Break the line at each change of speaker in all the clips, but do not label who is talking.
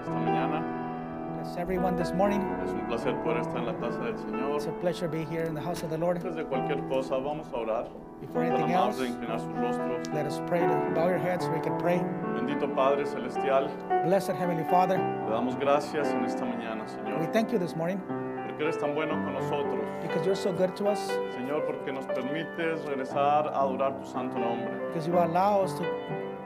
esta mañana.
Bless everyone this morning.
Es un placer poder estar en la casa del Señor.
It's a pleasure to be here in the house of the Lord.
Antes de cualquier cosa, vamos a orar.
Before
Tan
anything
amables de
else,
inclinar sus rostros.
Let us pray to bow your heads so we can pray.
Bendito Padre Celestial,
Blessed Heavenly Father,
le damos gracias en esta mañana,
we
Señor,
thank you this morning
porque eres tan bueno con nosotros.
because you're so good to us,
Señor, porque nos permites regresar a adorar tu santo nombre.
because you allow us to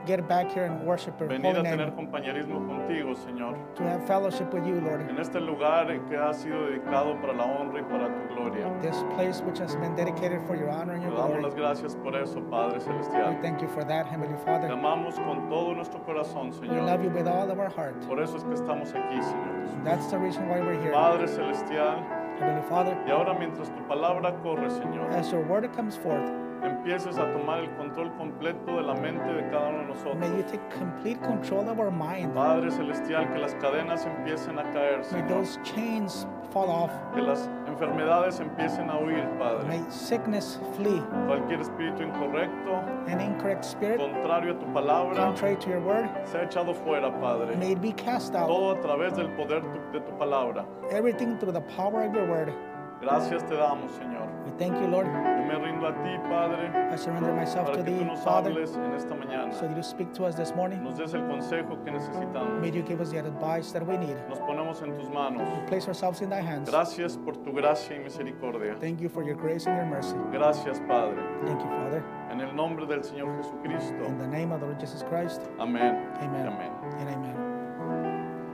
get back here and worship your
Venir
holy
a tener
name,
compañerismo contigo, Señor,
to have fellowship with you, Lord.
en este lugar que ha sido dedicado para la honra y para tu gloria.
This place which has been dedicated for your honor and
Te
your
damos
glory.
las gracias por eso, Padre
We
Celestial.
thank you for that, Heavenly
Te
Father.
amamos con todo nuestro corazón,
We love
Señor.
you with all of our heart.
Por eso es que estamos aquí, Señor. Jesús.
That's the reason why we're here.
Padre Celestial,
Heavenly Father,
y ahora mientras tu palabra corre, Señor,
as your word comes forth,
empieces a tomar el control completo de la mente de cada uno de
May you
nosotros.
take complete control of our mind.
Padre Celestial, que las cadenas empiecen a caer,
May
Señor.
those chains fall off.
Que las enfermedades empiecen a huir, Padre.
May sickness flee.
Cualquier espíritu incorrecto,
An incorrect spirit,
contrario a tu palabra,
contrary to your word,
se ha echado fuera, Padre.
may it be cast out.
Todo a través del poder tu- de tu palabra.
Everything through the power of your word.
Gracias te damos, Señor.
We thank you, Lord.
Yo me rindo a ti, Padre,
I surrender myself
para
to
que tú
thee,
nos
Father,
hables en esta mañana.
so that you speak to us this morning.
Nos des el consejo que necesitamos.
May you give us the advice that we need.
Nos ponemos en tus manos.
We place ourselves in thy hands.
Gracias por tu gracia y misericordia.
Thank you for your grace and your mercy.
Gracias, Padre.
Thank you, Father.
En el nombre del Señor Jesucristo.
In the name of the Lord Jesus Christ,
Amén. y
Amen.
Amén.
and amen.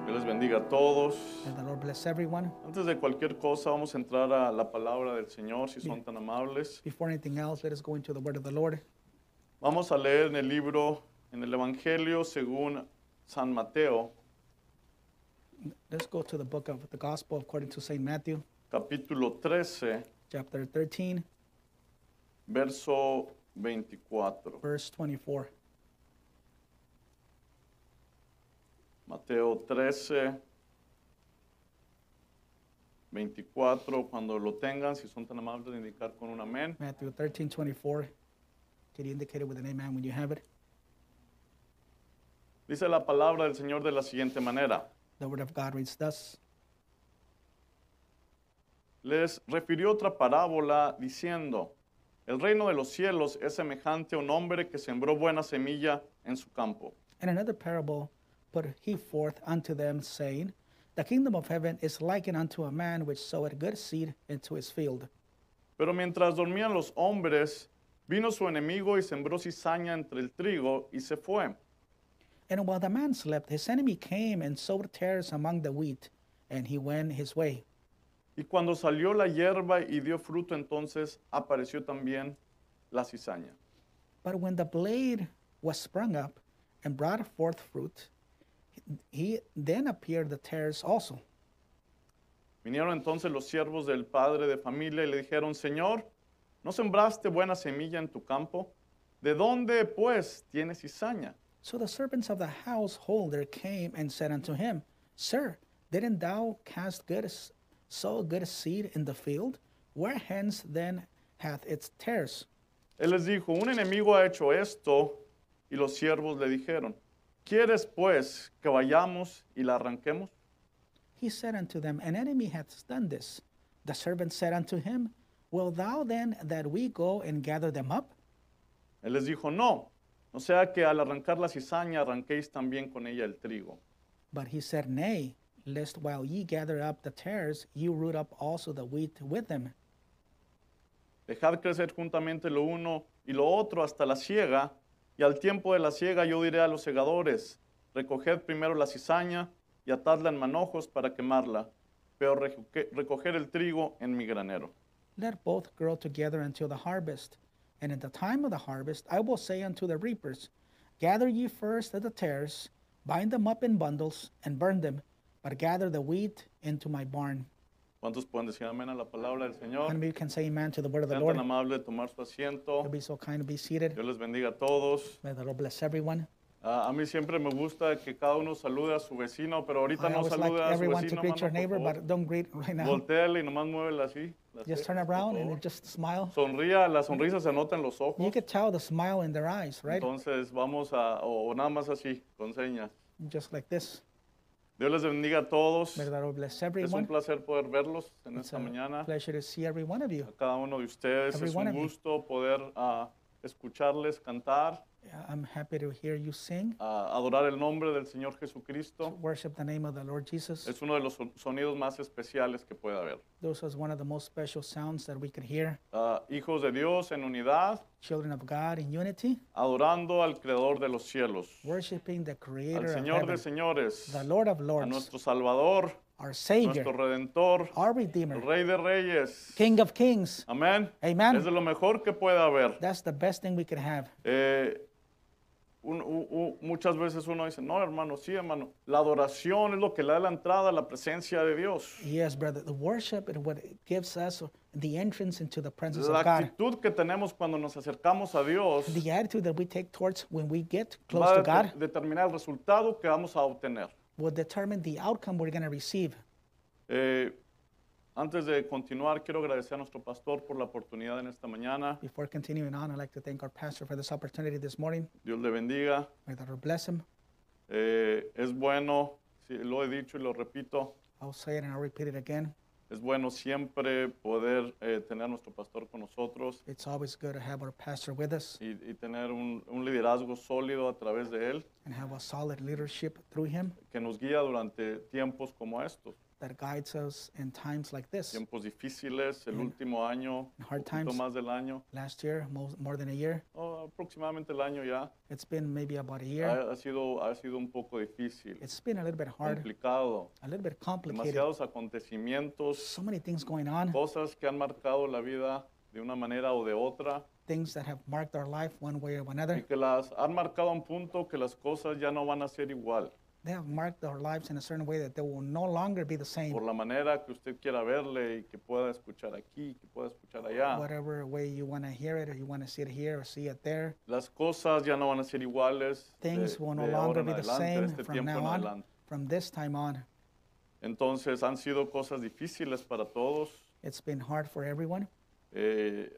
Dios les bendiga a todos.
May the Lord bless everyone.
Antes de cualquier cosa, vamos a entrar a la palabra del Señor, si son tan amables.
Before anything else, let us go into the word of the Lord.
Vamos a leer en el libro, en el Evangelio según San Mateo,
Let's go to the book of the Gospel according to St. Matthew,
capítulo 13,
chapter 13,
verso 24.
verse 24.
Mateo 13, 24, cuando lo tengan, si son tan amables de indicar con un amén.
Matthew 13, 24. Can you indicate it with an amen when you have it?
Dice la palabra del Señor de la siguiente manera.
The word of God reads thus
Les refirió otra parábola diciendo, el reino de los cielos es semejante a un hombre que sembró buena semilla en su campo.
And another parable put he forth unto them, saying, The kingdom of heaven is likened unto a man which sowed good seed into his field.
Pero mientras dormían los hombres, vino su enemigo y sembró cizaña entre el trigo y se fue.
And while the man slept, his enemy came and sowed tares among the wheat, and he went his way.
Y cuando salió la hierba y dio fruto, entonces apareció también la cizaña.
But when the blade was sprung up and brought forth fruit, he then appeared the tares also.
Vinieron entonces los siervos del padre de familia y le dijeron, Señor, ¿no sembraste buena semilla en tu campo? ¿De dónde, pues, tienes cizaña?
So the servants of the householder came and said unto him, Sir, didn't thou cast good s- sow good seed in the field? Where hence then hath its tares?
Él les dijo, un enemigo ha hecho esto. Y los siervos le dijeron, ¿quieres, pues, que vayamos y la arranquemos?
He said unto them, An enemy hath done this. The servant said unto him, Wilt thou then that we go and gather them up?
Él les dijo, no, no sea que al arrancar la cizaña arranquéis también con ella el trigo.
But he said, Nay, lest while ye gather up the tares, ye root up also the wheat with them.
Dejad crecer juntamente lo uno y lo otro hasta la siega, y al tiempo de la siega yo diré a los segadores, recoged primero la cizaña y atadla en manojos para quemarla, pero rejuque- recoger el trigo en mi granero.
Let both grow together until the harvest. And in the time of the harvest, I will say unto the reapers, Gather ye first the tares, bind them up in bundles, and burn them, but gather the wheat into my barn.
¿Cuántos pueden decir amén a la palabra del
And
Señor?
we can say amen to the word of the
Sean
Lord.
tan amables de tomar su asiento.
You'll be so kind to be seated.
Dios les bendiga a todos.
May the Lord bless everyone.
Ah, a mí siempre me gusta que cada uno salude a su vecino, pero ahorita
I
no
always like
saluda a su
everyone to
vecino.
greet your
mano,
neighbor,
por favor.
but don't greet right now.
Voltéale y nomás muévela así. la
Just
ceja,
turn
por
around
favor.
and just smile.
Sonría, la sonrisa se nota en los ojos.
You could tell the smile in their eyes, right?
Entonces vamos a, o, o nada más así, con señas.
Just like this.
Dios les bendiga a todos.
May the Lord bless
Es un
everyone.
placer poder verlos en
It's
esta
a
mañana.
pleasure to see every one of you.
A cada uno de ustedes
Every
es
one
un
of you.
gusto poder ah, escucharles cantar,
Yeah, I'm happy to hear you sing.
ah, adorar el nombre del Señor Jesucristo.
Worship the name of the Lord Jesus.
Es uno de los son- sonidos más especiales que puede haber.
Those was one of the most special sounds that we could hear.
Ah, hijos de Dios en unidad,
Children of God in unity,
adorando al Creador de los cielos,
worshiping the
al
Creator of
Señor de
heaven,
señores,
the Lord of
a
Lords,
nuestro Salvador,
our
nuestro
Savior,
Redentor,
our
el
Redeemer,
Rey de Reyes.
King of Kings.
Amén.
Amen.
Es de lo mejor que puede haber.
That's the best thing we could have.
Eh, un- u- u- muchas veces uno dice, no, hermano, sí, hermano. La adoración es lo que le da la entrada a la presencia de Dios.
Yes, brother, the worship and what it gives us the entrance into the presence
La
of God.
actitud que tenemos cuando nos acercamos a Dios
The attitude that we take towards when we get close
va
to
a
God
de- determinar el resultado que vamos a obtener.
will determine the outcome we're going to receive.
Eh, antes de continuar, quiero agradecer a nuestro pastor por la oportunidad en esta mañana.
Before continuing on, I'd like to thank our pastor for this opportunity this morning.
Dios le bendiga.
May the Lord bless him.
Eh, es bueno, sí, lo he dicho y lo repito,
I'll say it and I'll repeat it again.
es bueno siempre poder eh, tener a nuestro pastor con nosotros.
It's always good to have our pastor with us
y, y tener un, un liderazgo sólido a través de él
and have a solid leadership through him
que nos guía durante tiempos como estos,
that guides us in times like this.
tiempos difíciles, el último año, un
Hard
poquito
times.
más del año,
Last year, mo- more than a year,
oh, aproximadamente el año ya,
it's been maybe about a year.
ha, ha sido, ha sido un poco difícil,
It's been a little bit hard,
complicado,
a little bit complicated.
demasiados acontecimientos,
So many things going on,
cosas que han marcado la vida de una manera o de otra
things that have marked our life one way or
y
another.
que las han marcado a un punto que las cosas ya no van a ser igual
They have marked our lives in a certain way that they will no longer be the same.
por la manera que usted quiera verle y que pueda escuchar aquí, que pueda escuchar allá.
Whatever way you want to hear it, or you want to see it here or see it there,
Las cosas ya no van a ser iguales de,
things will no
de ahora
longer
en
be the
adelante, de
same
este
from
tiempo
now
en
on.
adelante.
From this time on,
Entonces han sido cosas difíciles para todos.
it's been hard for everyone.
Eh,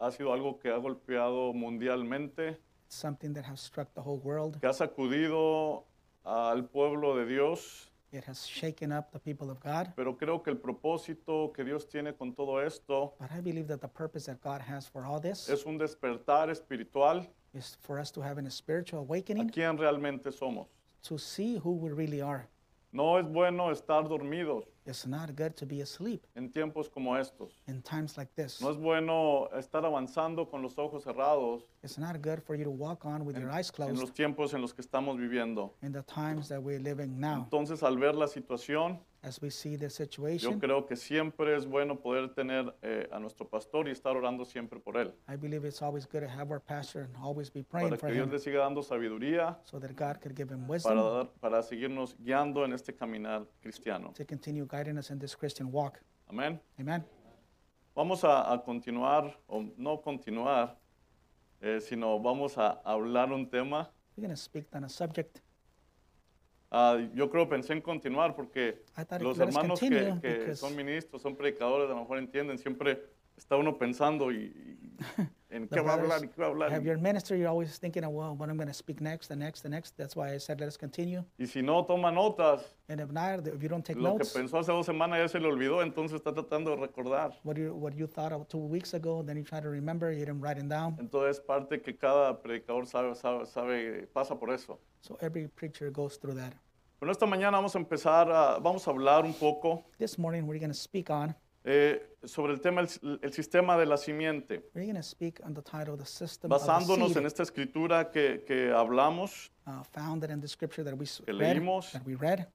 ha sido algo que ha golpeado mundialmente,
It's something that has struck the whole world.
que ha sacudido al pueblo de Dios.
It has shaken up the people of God.
Pero creo que el propósito que Dios tiene con todo esto
But I believe that the purpose that God has for all this
es un despertar espiritual
is for us to have a spiritual
a
awakening
quien realmente somos.
to see who we really are.
No es bueno estar dormidos
It's not good to be asleep
en tiempos como estos.
in times like this.
No es bueno estar avanzando con los ojos cerrados
It's not good for you to walk on with your eyes
en
closed
los tiempos en los que estamos viviendo.
in the times that we're living now.
Entonces, al ver la situación,
As we see the
yo
situation,
creo que siempre es bueno poder tener eh, a nuestro pastor y estar orando siempre por él,
I believe it's always good to have our pastor and always be praying
para
for
que Dios
him
le siga dando sabiduría,
so that God could give him
para,
wisdom
dar- para seguirnos guiando en este caminar cristiano.
to continue guiding us in this Christian walk.
Amén.
Amen.
Vamos a, a continuar, o no continuar, eh, sino vamos a hablar un tema.
We're going to speak on a subject.
Ah, yo creo pensé en continuar porque
I thought
los
it- let us
hermanos que,
continue,
que
because-
son ministros, son predicadores, a lo mejor entienden, siempre está uno pensando y, y- en
The
qué va a
brothers
hablar, y qué va a hablar.
Have your minister, you're always thinking, of, well, what I'm going to speak next, the next, the next. That's why I said, let us continue.
Y si no toma notas,
And if not, if you don't take
lo
notes,
que pensó hace dos semanas ya se le olvidó, entonces está tratando de recordar.
what you, what you thought of two weeks ago, then you try to remember, you didn't write it down.
Entonces parte que cada predicador sabe, sabe, sabe, pasa por eso.
So every preacher goes through that.
Bueno, esta mañana vamos a empezar, a- vamos a hablar un poco
This morning, we're going to speak on,
eh, sobre el tema, el, el sistema de la simiente.
we're going to speak on the title, The System of the
Basándonos
Seed,
en esta escritura que, que hablamos,
uh, founded in the scripture that we s-
que
read,
leímos.
that we read.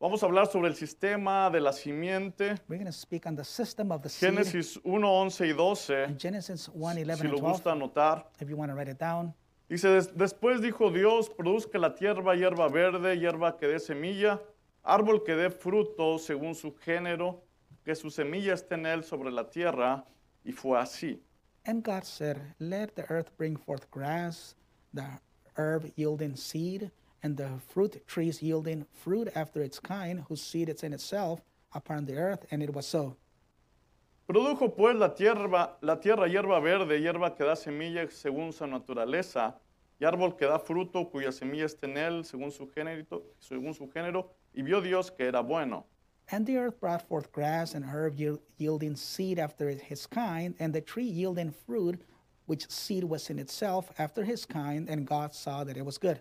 Vamos a hablar sobre el sistema de la simiente.
We're going to speak on the system of the seed.
Génesis 1, 11 y 12,
in Genesis 1, 11
si
and
lo gusta
12,
anotar.
if you want to write it down.
Dice, "Des- después dijo Dios, produzca la tierra hierba verde, hierba que dé semilla, árbol que dé fruto según su género, que su semilla esté en él sobre la tierra. Y fue así.
And God said, Let the earth bring forth grass, the herb yielding seed, and the fruit trees yielding fruit after its kind, whose seed is in itself upon the earth. And it was so.
Produjo pues la tierra, la tierra hierba verde, hierba que da semilla según su naturaleza, y árbol que da fruto cuya semilla está en él según su género, según su género y vio Dios que era bueno.
And the earth brought forth grass and herb yiel- yielding seed after his kind, and the tree yielding fruit, which seed was in itself after his kind, and God saw that it was good.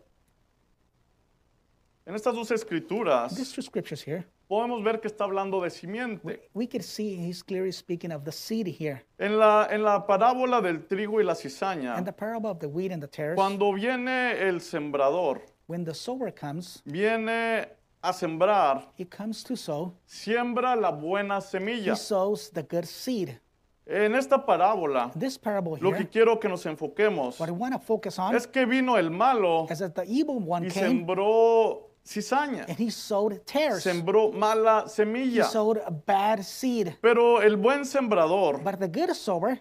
En estas dos
These
escrituras
two scriptures here,
podemos ver que está hablando de simiente.
we can see he's clearly speaking of the seed here.
En la, en la parábola del trigo y la cizaña,
And the parable of the wheat and the tares,
cuando viene el sembrador,
when the sower comes,
viene a sembrar,
he comes to sow,
siembra la buena semilla.
he sows the good seed.
En esta parábola,
This parable
lo
here,
que quiero que nos enfoquemos
what I want to focus on
es que vino el malo
is that the evil one
y
came
sembró cizaña,
and he sowed tares,
sembró mala
he
semilla.
sowed a bad seed.
Pero el buen sembrador,
But the good sower,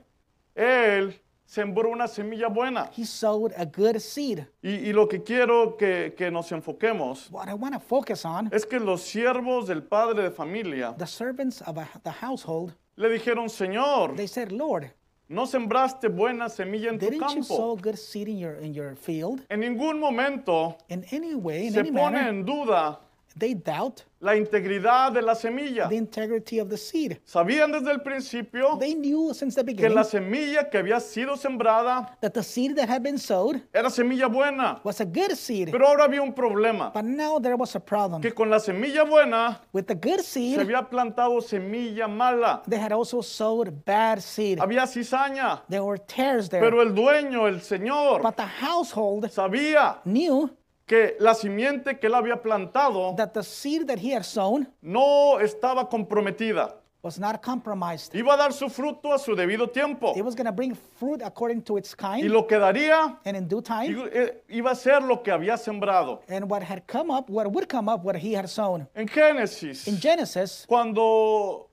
él sembró una semilla buena.
he sowed a good seed.
Y, y lo que quiero que, que nos enfoquemos
What I want to focus on,
es que los siervos del padre de familia
the servants of a, the household,
le dijeron, Señor,
they said, Lord,
no sembraste buena semilla en tu
didn't you sow
campo.
good seed in your, in your field?
En ningún momento
In any way, in
se
any
pone
manner,
en duda
they doubt
la integridad de la semilla.
the integrity of the seed.
Sabían desde el principio
They knew since the
que
beginning
la semilla que había sido sembrada
that the seed that had been sowed
era semilla buena.
was a good seed.
Pero ahora había un problema,
But now there was a problem.
que con la semilla buena
With the good
se
seed,
había plantado semilla mala,
they had also sowed bad seed.
había cizaña,
There were tares there.
pero el dueño, el Señor,
But the household
sabía
knew
que la simiente que él había plantado
that the seed that he had sown
no estaba comprometida.
was not compromised.
Iba a dar su fruto a su debido tiempo
It was going to bring fruit according to its
y
kind
lo que daría
and in due time.
i- eh, iba a ser lo que había sembrado.
And what had come up, what would come up, what he had sown.
En
In
Génesis,
Genesis,
cuando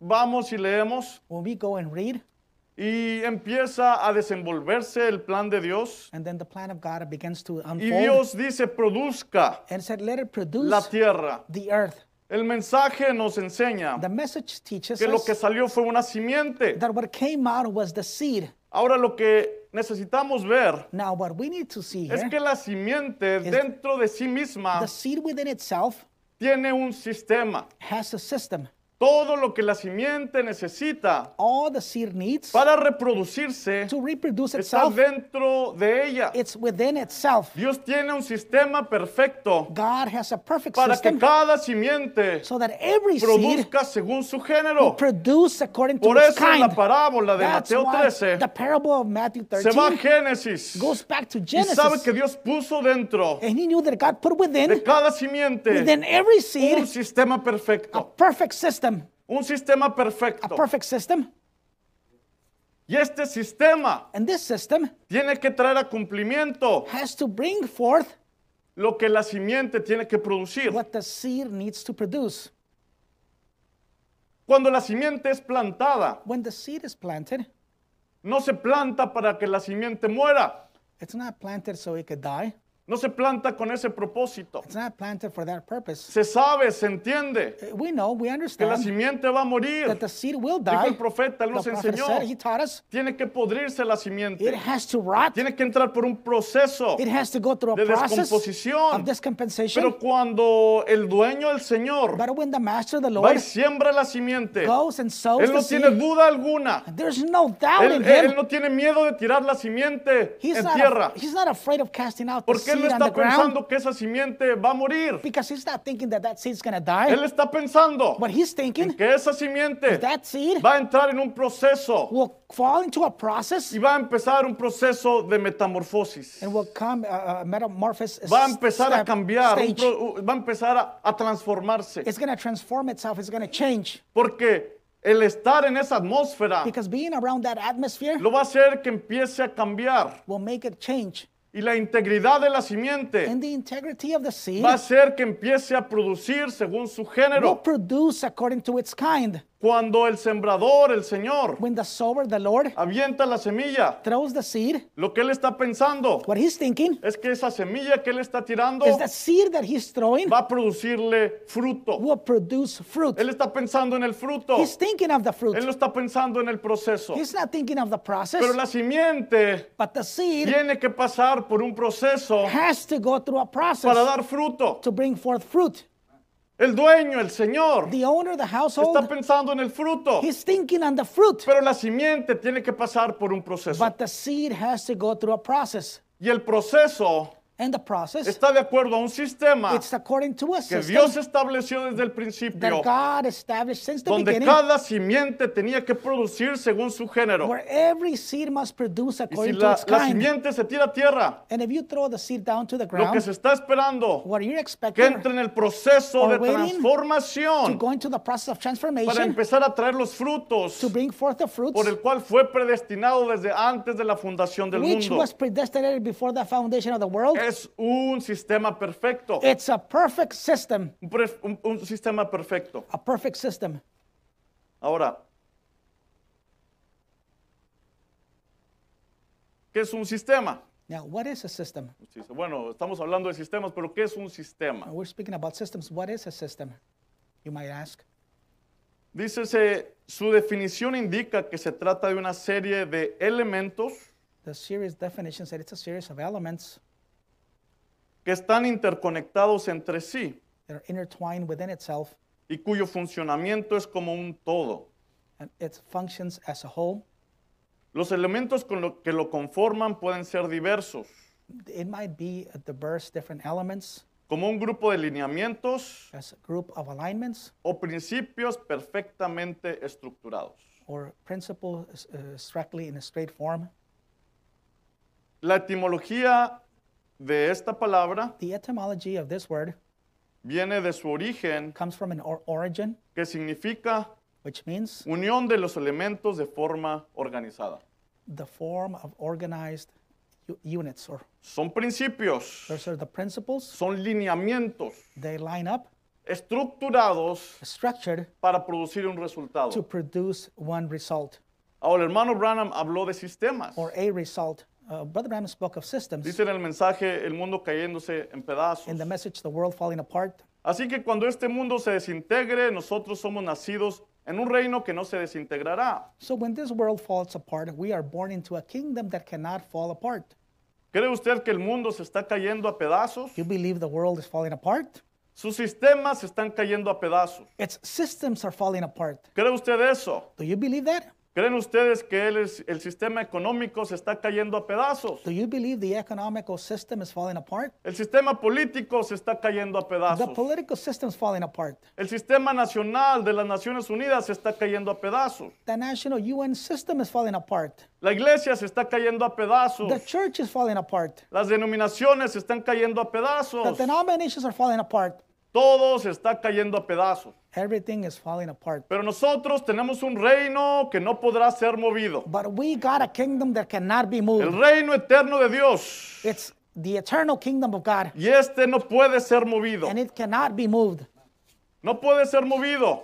vamos y leemos
when we go and read,
y empieza a desenvolverse el plan de Dios
and then the plan of God begins to
y
unfold
Dios dice produzca
and said, Let it
la
produce
tierra.
the earth.
El mensaje nos enseña
The message teaches
que lo que
us
salió fue una simiente.
that what came out was the seed.
Ahora lo que necesitamos ver
Now, what we need to see
es
here,
que la simiente dentro de sí misma
the seed within itself
tiene un sistema.
has a system.
Todo lo que la simiente necesita
All the seed needs
para reproducirse
to reproduce
está
itself,
dentro de ella.
it's within itself.
Dios tiene un sistema perfecto
God has a perfect
para que
system
cada simiente
so that every seed
produzca según su género.
produce according to
Por
its
eso en la
kind.
parábola de
That's
Mateo
why
13
the parable of Matthew
se va a
13
Génesis
goes back to
y sabe
Genesis.
que Dios puso dentro
And he knew that God put
de
within,
cada simiente
within every
un
seed,
sistema
a
perfecto,
perfect system.
un sistema
A
perfecto.
perfect system.
Y este sistema
And this system
tiene que traer a cumplimiento
has to bring forth
lo que la simiente tiene que producir.
what the seed needs to produce.
Cuando la simiente es plantada,
When the seed is planted,
no se planta para que la simiente muera,
it's not planted so it could die.
no se planta con ese propósito.
It's not planted for that purpose. Uh,
Se sabe, se entiende
We know, we
que la
understand
simiente va a morir.
that the seed will
Dijo
die.
el profeta, él
The
nos
prophet said, he
enseñó,
taught us,
tiene que podrirse la
it
simiente,
has to rot.
tiene que entrar por un proceso.
It has to go through
de
a process
descomposición.
of discompensation.
Pero cuando el dueño, el Señor,
But when the master, the
va y
Lord,
siembra la simiente,
goes and sows
él
the
no tiene
seed,
duda alguna.
there's no doubt in
Él, él
him.
no tiene miedo de tirar la simiente
Ah, He's
en
not,
tierra,
af- he's not afraid of casting out the
porque él no
seed on the
está
ground
pensando que esa simiente va a morir.
because he's not thinking that that seed's going to die.
Él está pensando
What he's thinking,
que esa simiente
that seed
va a entrar en un proceso
will fall into a process
y va a empezar un proceso de metamorfosis.
and will come uh, uh, metamorphosis
Va a empezar a
step-
cambiar, un
stage.
pro- va a empezar a- a transformarse.
It's going to transform itself. It's going to change
Porque el estar en esa atmósfera
because being around that atmosphere
lo va a hacer que empiece a cambiar.
will make it change.
Y la integridad de la simiente
And the integrity of the seed
va a hacer que empiece a producir según su
will
género.
produce according to its kind.
Cuando el sembrador, el Señor,
When the sower, the Lord,
avienta la semilla,
throws the seed,
lo que él está pensando
what he's thinking
es que esa semilla que él está tirando
is the seed that he's throwing
va a producirle fruto.
will produce fruit.
Él está pensando en el fruto.
He's thinking of the
Él
fruit.
no está pensando en el proceso.
He's not thinking of the process.
Pero la simiente
But the seed
tiene que pasar por un proceso
has to go through a
para
process
dar fruto.
to bring forth fruit.
El dueño, el Señor,
The owner, the
está
household,
pensando en el fruto.
he's thinking on the fruit.
Pero la simiente tiene que pasar por un proceso.
But the seed has to go through a process.
Y el proceso
And the process,
está de acuerdo a un sistema
it's according to a
que
system
Dios estableció desde el principio,
that God established since the
donde
beginning,
cada simiente tenía que producir según su género.
where every seed must produce
Y si
according to
la,
its
la
kind.
simiente se tira a tierra,
And if you throw the seed down to the
lo que
ground,
se está esperando
what you're
que
expecting
entre en el proceso
Or
de
waiting to
transformación
go into the process of
para
transformation
empezar a traer los frutos
to bring forth the fruits
por el cual fue predestinado desde antes de la fundación del
which
mundo.
was predestinated before the foundation of the world.
Es un sistema perfecto,
It's a perfect system,
un pre- un- un sistema perfecto.
a perfect system.
Ahora, ¿qué es un sistema?
Now, what is a system?
Usted dice, Bueno, estamos hablando de sistemas, pero ¿qué es un sistema?
We're speaking about systems. What is a system? You might ask.
Dícese, su definición indica que se trata de una serie de elementos
The series definition said it's a series of elements
que están interconectados entre sí
that are intertwined within itself
y cuyo funcionamiento es como un todo.
and it functions as a whole.
Los elementos con lo que lo conforman pueden ser diversos,
It might be a diverse different elements
como un grupo de lineamientos
as a group of alignments
o principios perfectamente estructurados.
or principles uh, strictly in a straight form.
La etimología de esta palabra
The etymology of this word
viene de su origen,
comes from an or- origin,
que significa
which means
unión de los elementos de forma organizada.
the form of organized u- units, or
Son principios,
those are the principles.
son lineamientos
They line up,
estructurados
structured
para producir un
to
resultado.
produce one result
Ahora, el hermano Branham habló de sistemas.
or a result. Uh, Brother Bram spoke of systems
Dice en el mensaje, el mundo cayéndose en pedazos.
in the message, the world falling apart.
Así que cuando este mundo se desintegre, nosotros somos nacidos en un reino que no se desintegrará.
So when this world falls apart, we are born into a kingdom that cannot fall apart.
¿Cree usted que el mundo se está cayendo a pedazos?
You believe the world is falling apart?
Sus sistemas se están cayendo a pedazos.
Its systems are falling apart.
¿Cree usted eso?
Do you believe that?
¿Creen ustedes que el, el sistema económico se está cayendo a pedazos?
Do you believe the economical system is falling apart?
El sistema político se está cayendo a
The
pedazos.
political system is falling apart.
El sistema nacional de las Naciones Unidas se está cayendo a pedazos.
The national UN system is falling apart.
La iglesia se está cayendo a pedazos.
The church is falling apart.
Las denominaciones se están cayendo a
The
pedazos.
denominations are falling apart.
Todo se está cayendo a pedazos.
Everything is falling apart.
Pero nosotros tenemos un reino que no podrá ser movido.
But we got a kingdom that cannot be
El
moved.
reino eterno de Dios.
It's the eternal kingdom of God,
Y este no puede ser movido.
and it cannot be moved.
No puede ser movido.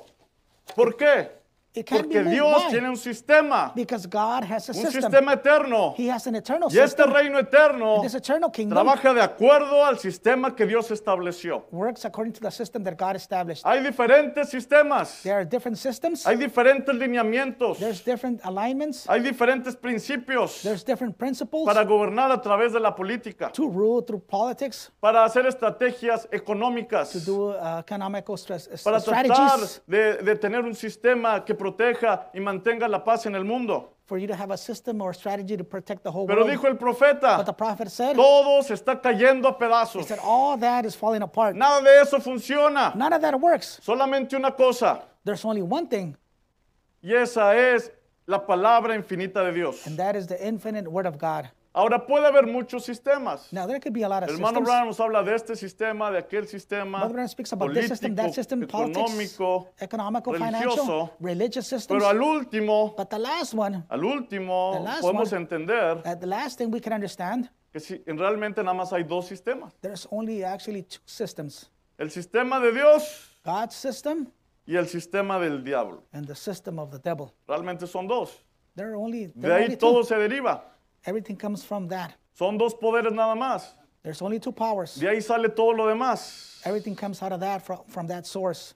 ¿Por qué?
It can't be
Porque
moved.
Dios
Why?
tiene un sistema,
Because God has a
un
system.
sistema eterno.
He has an eternal
Y este
system.
reino eterno
This eternal kingdom
trabaja de acuerdo al sistema que Dios estableció.
works according to the system that God established.
Hay diferentes sistemas,
There are different systems.
hay diferentes lineamientos,
There's different alignments.
hay diferentes principios
There's different principles
para gobernar a través de la política,
to rule through politics,
para hacer estrategias económicas,
do uh, economical stress,
para tratar
strategies,
de, de tener un sistema que proteja y mantenga la paz en el mundo.
for you to have a system or strategy to protect the whole
Pero
world.
dijo el
But the
profeta,
prophet said,
todo se está cayendo a pedazos.
he said, all that is falling apart.
Nada de eso funciona.
None of that works.
Solamente una cosa,
There's only one thing,
y esa es la palabra infinita de Dios.
and that is the infinite word of God.
Ahora puede haber muchos sistemas.
Now, there could be a lot of
Hermano
systems.
Brown nos habla de este sistema, de aquel sistema,
Brother Brown speaks about this system, that system, politics,
económico,
economical,
religioso,
financial, religious systems.
pero al último,
But the last one,
al último
The last
podemos
one-
entender
uh, the last thing we can understand,
que si- realmente nada más hay dos sistemas.
there's only actually two systems
El sistema de Dios
God's system
y el sistema del diablo.
and the system of the devil.
Realmente son dos.
There are only,
De
there are
ahí
only
todo
two.
se deriva.
Everything comes from that.
Son dos poderes nada más.
There's only two powers.
De ahí sale todo lo demás.
Everything comes out of that from, from that source.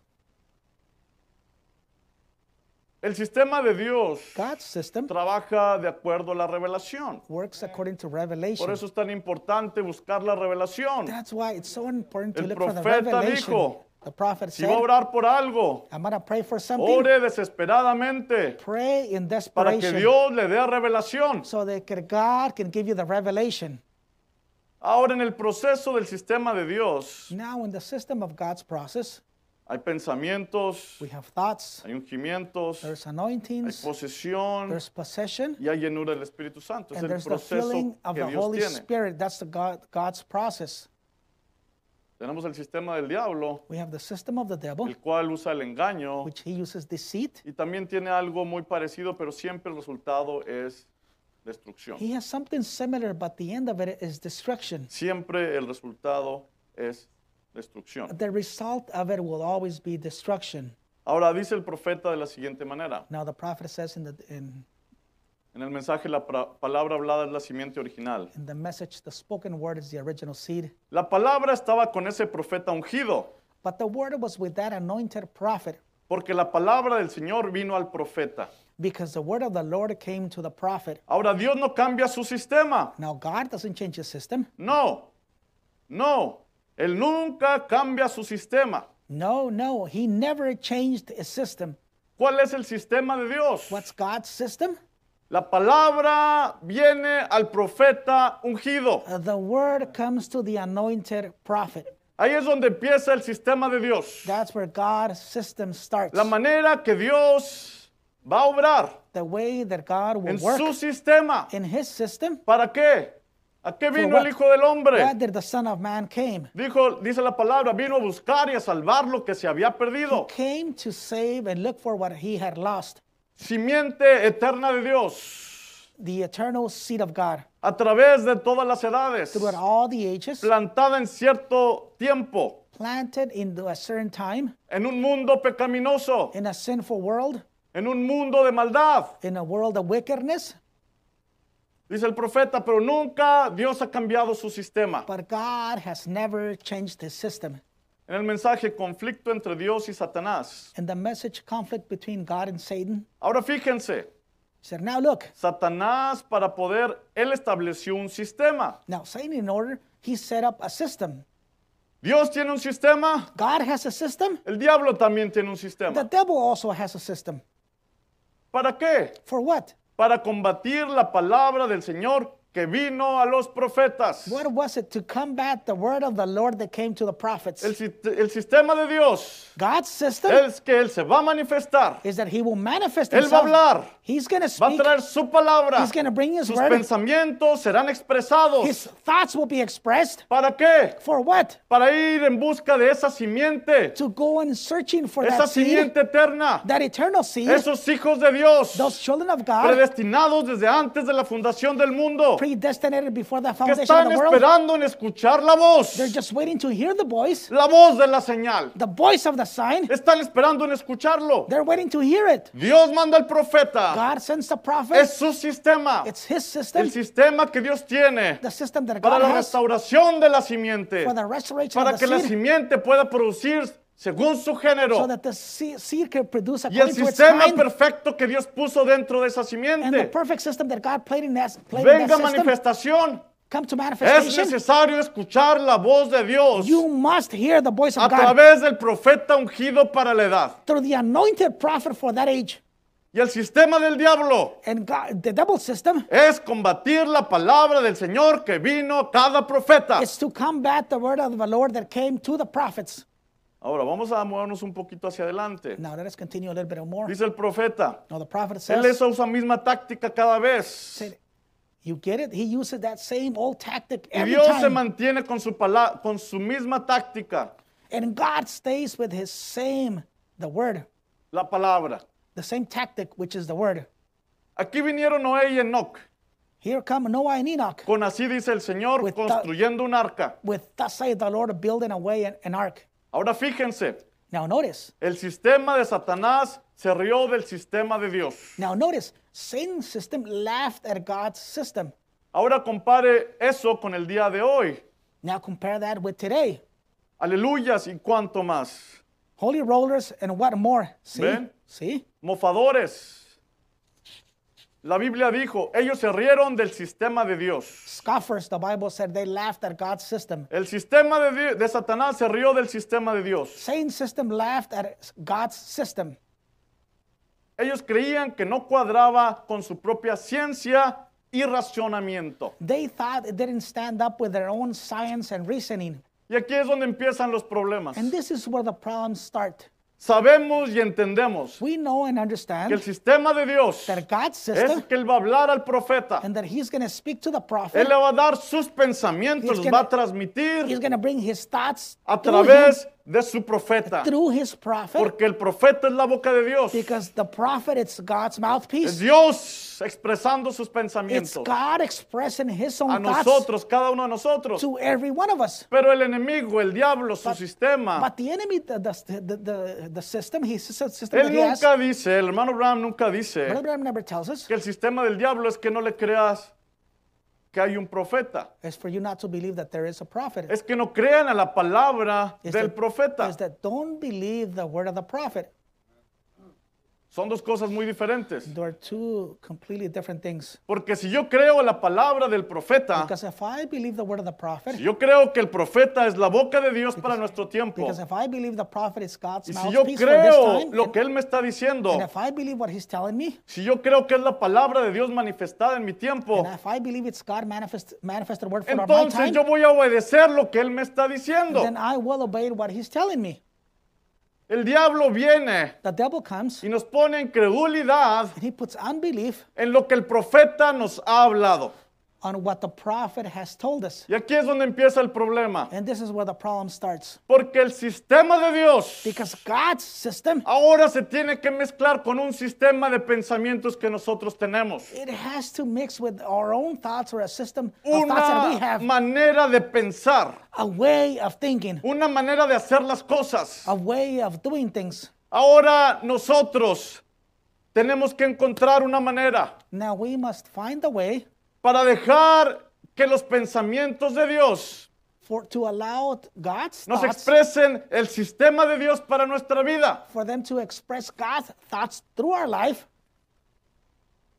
El sistema de Dios
God's system
trabaja de acuerdo a la revelación.
works according to
Por
revelation.
eso es tan importante buscar la revelación.
That's why it's so important to
El
look for the
profeta
revelation.
dijo,
the prophet
Si va a
said,
orar por algo,
I'm going to pray for something.
ore desesperadamente
Pray in
para que
desperation
Dios le dé revelación.
so that c- God can give you the revelation.
Ahora en el proceso del sistema de Dios
Now, in the system of God's process,
hay pensamientos,
we have thoughts,
hay ungimientos, hay
there's anointings,
posesión
there's possession,
y hay llenura del Espíritu Santo. Es
and
el
there's the filling
proceso
of
que
the
Dios
Holy
tiene.
Spirit. That's the God, God's process.
Tenemos el sistema del diablo,
We have the system of the devil,
el cual usa el engaño
which he uses deceit.
y también tiene algo muy parecido, pero siempre el resultado es destrucción.
He has something similar, but the end of it is destruction.
Siempre el resultado es destrucción.
The result of it will always be destruction.
Ahora dice el profeta de la siguiente manera.
Now, the prophet says in the, in,
En el mensaje la pra- palabra hablada es la simiente original.
in the message, the spoken word is the original seed.
La palabra estaba con ese profeta ungido,
But the word was with that anointed prophet,
porque la palabra del Señor vino al profeta.
because the word of the Lord came to the prophet.
Ahora Dios no cambia su sistema.
Now, God doesn't change his system.
No, no. Él nunca cambia su sistema.
No, no, he never changed his system.
¿Cuál es el sistema de Dios?
What's God's system?
La palabra viene al profeta ungido.
Uh, The word comes to the anointed prophet.
Ahí es donde empieza el sistema de Dios.
That's where God's system starts.
La manera que Dios va a obrar
The way that God will
en
work
su sistema.
in his system.
¿Para qué? ¿A qué vino
what?
el Hijo del Hombre?
God did the Son of Man came.
Dijo, dice la palabra, vino a buscar y a salvar lo que se había perdido.
Came to save and look for what he had lost.
Simiente eterna de Dios,
The eternal seed of God
a través de todas las edades,
throughout all the ages,
plantada en cierto tiempo,
planted in a certain time,
en un mundo pecaminoso,
in a sinful world,
en un mundo de maldad.
in a world of wickedness.
Dice el profeta, pero nunca Dios ha cambiado su sistema.
But God has never changed his system.
En el mensaje, conflicto entre Dios y Satanás.
And the message conflict between God and Satan
Ahora fíjense,
he said, Now look,
Satanás para poder, él estableció un sistema.
now Satan, in order, he set up a system.
Dios tiene un sistema,
God has a system.
el diablo también tiene un
The
sistema.
devil also has a system.
¿Para qué?
For what?
Para combatir la palabra del Señor que vino a los profetas.
What was it to combat the word of the Lord that came to the prophets?
El, si- el sistema de Dios
God's system
es que Él se va a manifestar,
is that he will manifest
Él va a
himself.
hablar,
He's going to
va a
speak.
traer su palabra,
He's going to bring his
sus
word.
pensamientos serán
His
expresados.
thoughts will be expressed.
¿Para qué?
For what?
Para ir en busca de esa simiente,
To go and searching for
esa
that seed,
simiente eterna,
that eternal seed,
esos hijos de Dios.
those children of God
predestinados desde antes de la fundación del mundo, que
predestinated before the foundation of
están
the world.
esperando en escuchar la voz,
They're just waiting to hear the voice,
la voz de la señal.
the voice of the sign.
Están esperando en escucharlo.
They're waiting to hear it.
Dios manda al profeta.
God sends the prophet.
Es su sistema,
It's his system,
el sistema que Dios tiene
the system that
para
God
la
has
restauración de la simiente,
for the restoration
para
of
que
the
la
seed.
simiente pueda producir según su
so
género
that the se- seed can produce
y el
according to its
sistema
kind,
perfecto que Dios puso dentro de esa
and the
simiente.
perfect system that God played in that, played in
Venga
that system
manifestación.
come to
Es
manifestation.
necesario escuchar la voz de Dios.
You must hear the voice
a
of God
través del profeta ungido para la edad.
through the anointed prophet for that age.
Y el sistema del diablo
And God, the double system
es combatir la palabra del Señor que vino a cada profeta.
is to combat the word of the Lord that came to the prophets.
Ahora vamos a movernos un poquito hacia adelante.
Now let us continue a little bit more.
Dice el profeta,
Now the prophet
él
says,
usa esa misma táctica cada vez.
said, you get it? He uses that same old tactic
Y
every
Dios se
time.
mantiene con su, pala- con su misma táctica,
And God stays with his same, the word,
la palabra.
the same tactic, which is the word.
Aquí vinieron Noé y Enoch.
Here come Noah and Enoch
Con así dice el Señor,
With the-
construyendo un arca.
with thus saith the Lord building away an, an ark.
Ahora fíjense,
Now notice,
El sistema de Satanás se rió del sistema de Dios.
now notice, Satan's system laughed at God's system.
Ahora compare eso con el día de hoy.
Now compare that with today.
Aleluyas y cuánto más.
Holy rollers and what more? See?
Ven.
See?
Mofadores. La Biblia dijo, ellos se rieron del sistema de Dios.
Scoffers, the Bible said they laughed at God's system.
El sistema de, Di- de Satanás se rió del sistema de Dios.
Satan's system laughed at God's system.
Ellos creían que no cuadraba con su propia ciencia y racionamiento.
They thought it didn't stand up with their own science and reasoning.
Y aquí es donde empiezan los problemas.
And this is where the problems start.
Sabemos y entendemos
We know and
que el
understand
sistema de Dios
that God's
es
system
que él va a hablar al profeta.
and that He's going to speak to the prophet.
Él le va a dar sus pensamientos, los
He's gonna-
va a
He's
transmitir
going to bring His thoughts
a
through, him-
través de su profeta.
through His prophet
Porque el profeta es la boca de Dios.
because the prophet is God's
Es
mouthpiece.
Dios expresando sus
It's
pensamientos
God expressing His
a
own thoughts
nosotros, cada uno de nosotros.
to every one of us.
Pero el enemigo, el diablo, su sistema,
But the enemy, the, the, the, the, the system, his system that
él
he has,
nunca dice, el hermano Bram nunca dice
Brother Branham never tells us,
que el sistema del diablo es que no le creas que hay un profeta.
is for you not to believe that there is a prophet.
Es que no crean a la palabra
Is
del
that-
profeta.
Is that don't believe the word of the prophet.
Son dos cosas muy diferentes.
There are two completely different things.
Porque si yo creo la palabra del profeta,
Because if I believe the word of the prophet,
si yo creo que el profeta es la boca de Dios para nuestro tiempo,
because if I believe the prophet is God's
y si yo
mouthpiece for this
creo
time,
lo
and-
que él me está diciendo,
and if I believe what he's telling me,
si yo creo que es la palabra de Dios manifestada en mi tiempo,
and if I believe it's God manifest, manifested word for my
entonces
time,
yo voy a obedecer lo que él me está diciendo.
then I will obey what he's telling me.
El diablo viene
The devil comes
y nos pone incredulidad
and he puts unbelief
en lo que el profeta nos ha hablado.
on what the prophet has told us.
Y aquí es donde empieza el problema.
And this is where the problem starts.
Porque el sistema de Dios
Because God's system,
ahora se tiene que mezclar con un sistema de pensamientos que nosotros tenemos.
it has to mix with our own thoughts or a system of thoughts that we
Una
have,
manera de pensar,
a way of thinking,
una manera de hacer las cosas.
a way of doing things.
Ahora nosotros tenemos que encontrar una manera
Now we must find a way
para dejar que los pensamientos de Dios
for to allow God's
nos
thoughts
expresen el sistema de Dios para nuestra vida.
for them to express God's thoughts through our life.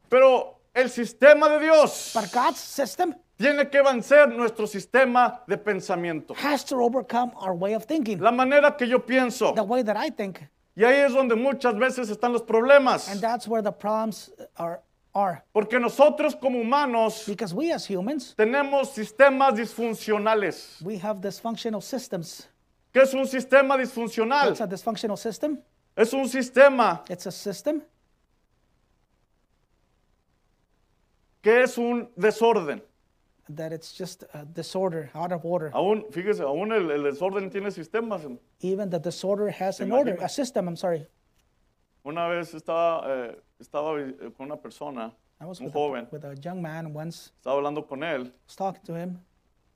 Pero el sistema de Dios
But God's system
tiene que vencer nuestro sistema de pensamiento.
has to overcome our way of thinking,
La manera que yo pienso.
the way that I think.
Y ahí es donde muchas veces están los problemas.
And that's where the problems are are.
Porque nosotros como humanos
Because we as humans,
tenemos sistemas disfuncionales.
we have dysfunctional systems.
¿Qué es un sistema disfuncional?
It's a dysfunctional system.
Es un sistema
It's a system
que es un desorden.
that it's just a disorder, out of order.
Aún, fíjese, aún el, el desorden tiene sistemas.
Even the disorder has an
imagino.
order, a system, I'm sorry.
Una vez estaba, eh, estaba eh, con una persona,
I was
un
with a,
joven,
with a young man once,
estaba hablando con él
I was talking to him,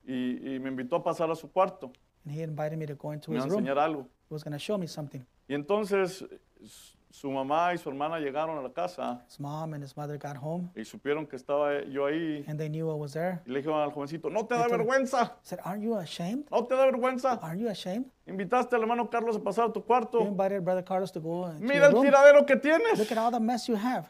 y, y me invitó a pasar a su cuarto,
and he invited me to go into
me iba
his
a
room. He
enseñar algo.
was going to show me something.
Y entonces eh, su- su mamá y su hermana llegaron a la casa
His mom and his mother got home,
y supieron que estaba yo ahí
and they knew I was there.
y le dijeron al jovencito, no te da
Entonces-
vergüenza,
I said, Aren't you ashamed?
no te da vergüenza.
Are you ashamed?
Invitaste al hermano Carlos a pasar a tu
You
cuarto.
invited Brother Carlos to go into
Oh. Mira
your
el
room.
tiradero que
Look
tienes.
at all the mess you have.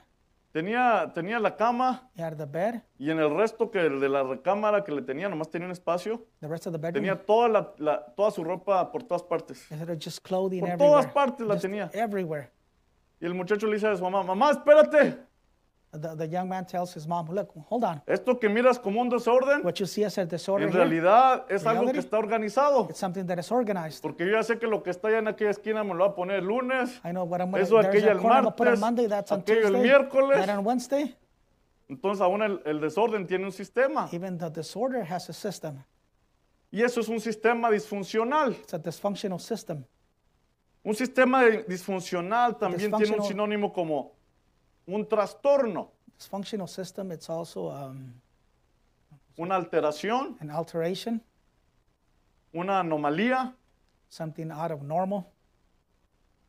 Tenía, tenía la cama
You had the bed,
y en el resto que de la recámara que le tenía, nomás tenía un espacio.
the rest of the bedroom.
Tenía toda, la, la- toda su ropa por todas partes.
They said, just clothing
Por
everywhere.
todas partes la
Just
tenía.
Everywhere.
Y el muchacho le dice a su mamá, mamá, espérate,
The, the young man tells his mom, Look, hold on.
esto que miras como un desorden,
What you see as a disorder
en
here,
realidad es algo que
Reality.
está organizado.
it's something that is organized.
Porque yo ya sé que lo que está allá en aquella esquina me lo va a poner el lunes.
I know what I'm
Eso
there's
aquello
a
el
corner I'll put on
martes,
Monday, that's on
aquello el
Tuesday,
miércoles.
that on Wednesday.
Entonces aún el, el desorden tiene un sistema.
Even the disorder has a system.
Y eso es un sistema disfuncional.
It's a dysfunctional system.
Un sistema de- disfuncional también tiene un
Dysfunctional.
sinónimo como un trastorno,
Dysfunctional system, it's also um,
una alteración,
an alteration,
una anomalía,
something out of normal,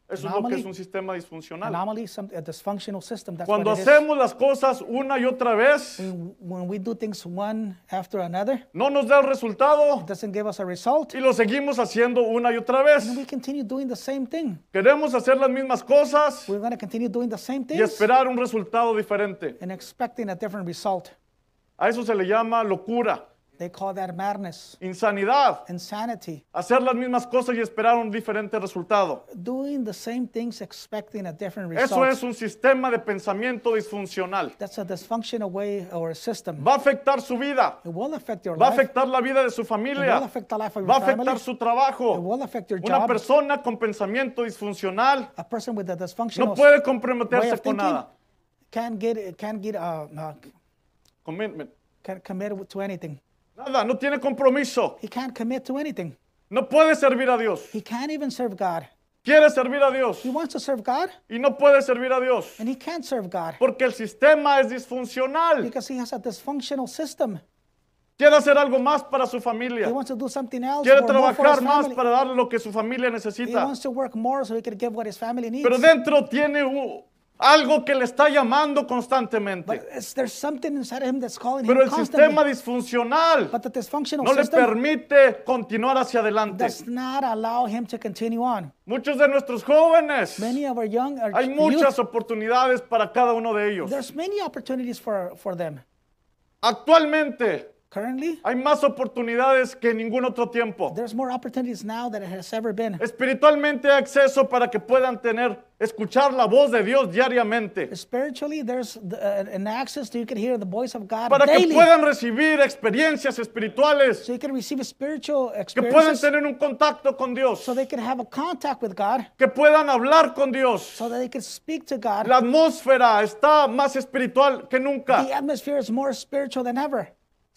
Eso es lo que
Anomaly.
es un sistema disfuncional.
Anomaly, some, a dysfunctional system. That's
Cuando
what it is.
hacemos las cosas una y otra vez,
When- When we do things one after another,
no nos da el resultado
it doesn't give us a result.
y lo seguimos haciendo una y otra
We
vez.
continue doing the same thing.
Queremos hacer las mismas cosas
We're going to continue doing the same
y
things
esperar un resultado diferente.
and expecting a different result.
A eso se le llama locura,
They call that madness,
insanidad.
insanity.
Hacer las mismas cosas y esperar un diferente resultado.
Doing the same things expecting a different
Eso
result.
es un sistema de pensamiento disfuncional.
That's a dysfunctional way or a system.
Va a afectar su vida,
It will affect your
va a
life. It
afectar la vida de su
will
familia,
affect the life of
va a
your
afectar
family.
su
It
trabajo.
will affect your
Una
job.
persona con pensamiento disfuncional
A person with a
no
dysfunctional
puede
way
comprometerse
of
con
thinking
nada.
can't get can't get uh, uh,
Commitment.
can't commit to anything.
Nada, no tiene compromiso.
He can't commit to anything.
No puede servir a Dios.
He can't even serve God.
Quiere servir a Dios
He wants to serve God
y no puede servir a Dios
and he can't serve God
porque el sistema es disfuncional.
because he has a dysfunctional system.
Quiere hacer algo más para su
He
familia.
wants to do something else.
Quiere
or more for his
trabajar más
family.
para darle lo que su familia
He
necesita.
wants to work more so he can give what his family needs.
Pero dentro tiene u- algo que le está llamando
But
constantemente.
it's- there's something inside of him that's calling
Pero
him
el sistema
constantly.
disfuncional
But the dysfunctional
no le
system
permite continuar hacia adelante.
does not allow him to continue on.
Muchos de nuestros jóvenes,
Many of our young, our
hay
youth,
muchas oportunidades para cada uno de ellos.
there's many opportunities for, for them.
Actualmente
Currently,
hay más oportunidades que en ningún otro tiempo.
there's more opportunities now than it has ever been.
Espiritualmente hay acceso para que puedan tener, escuchar la voz de Dios diariamente.
Spiritually, there's the, uh, an access to you can hear the voice of God
Para que
daily.
puedan recibir experiencias espirituales,
so you can receive spiritual
que puedan
experiences
tener un contacto con Dios.
so they can have a contact with God,
que puedan hablar con Dios.
so that they can speak to God.
La atmósfera está más espiritual que nunca.
The atmosphere is more spiritual than ever.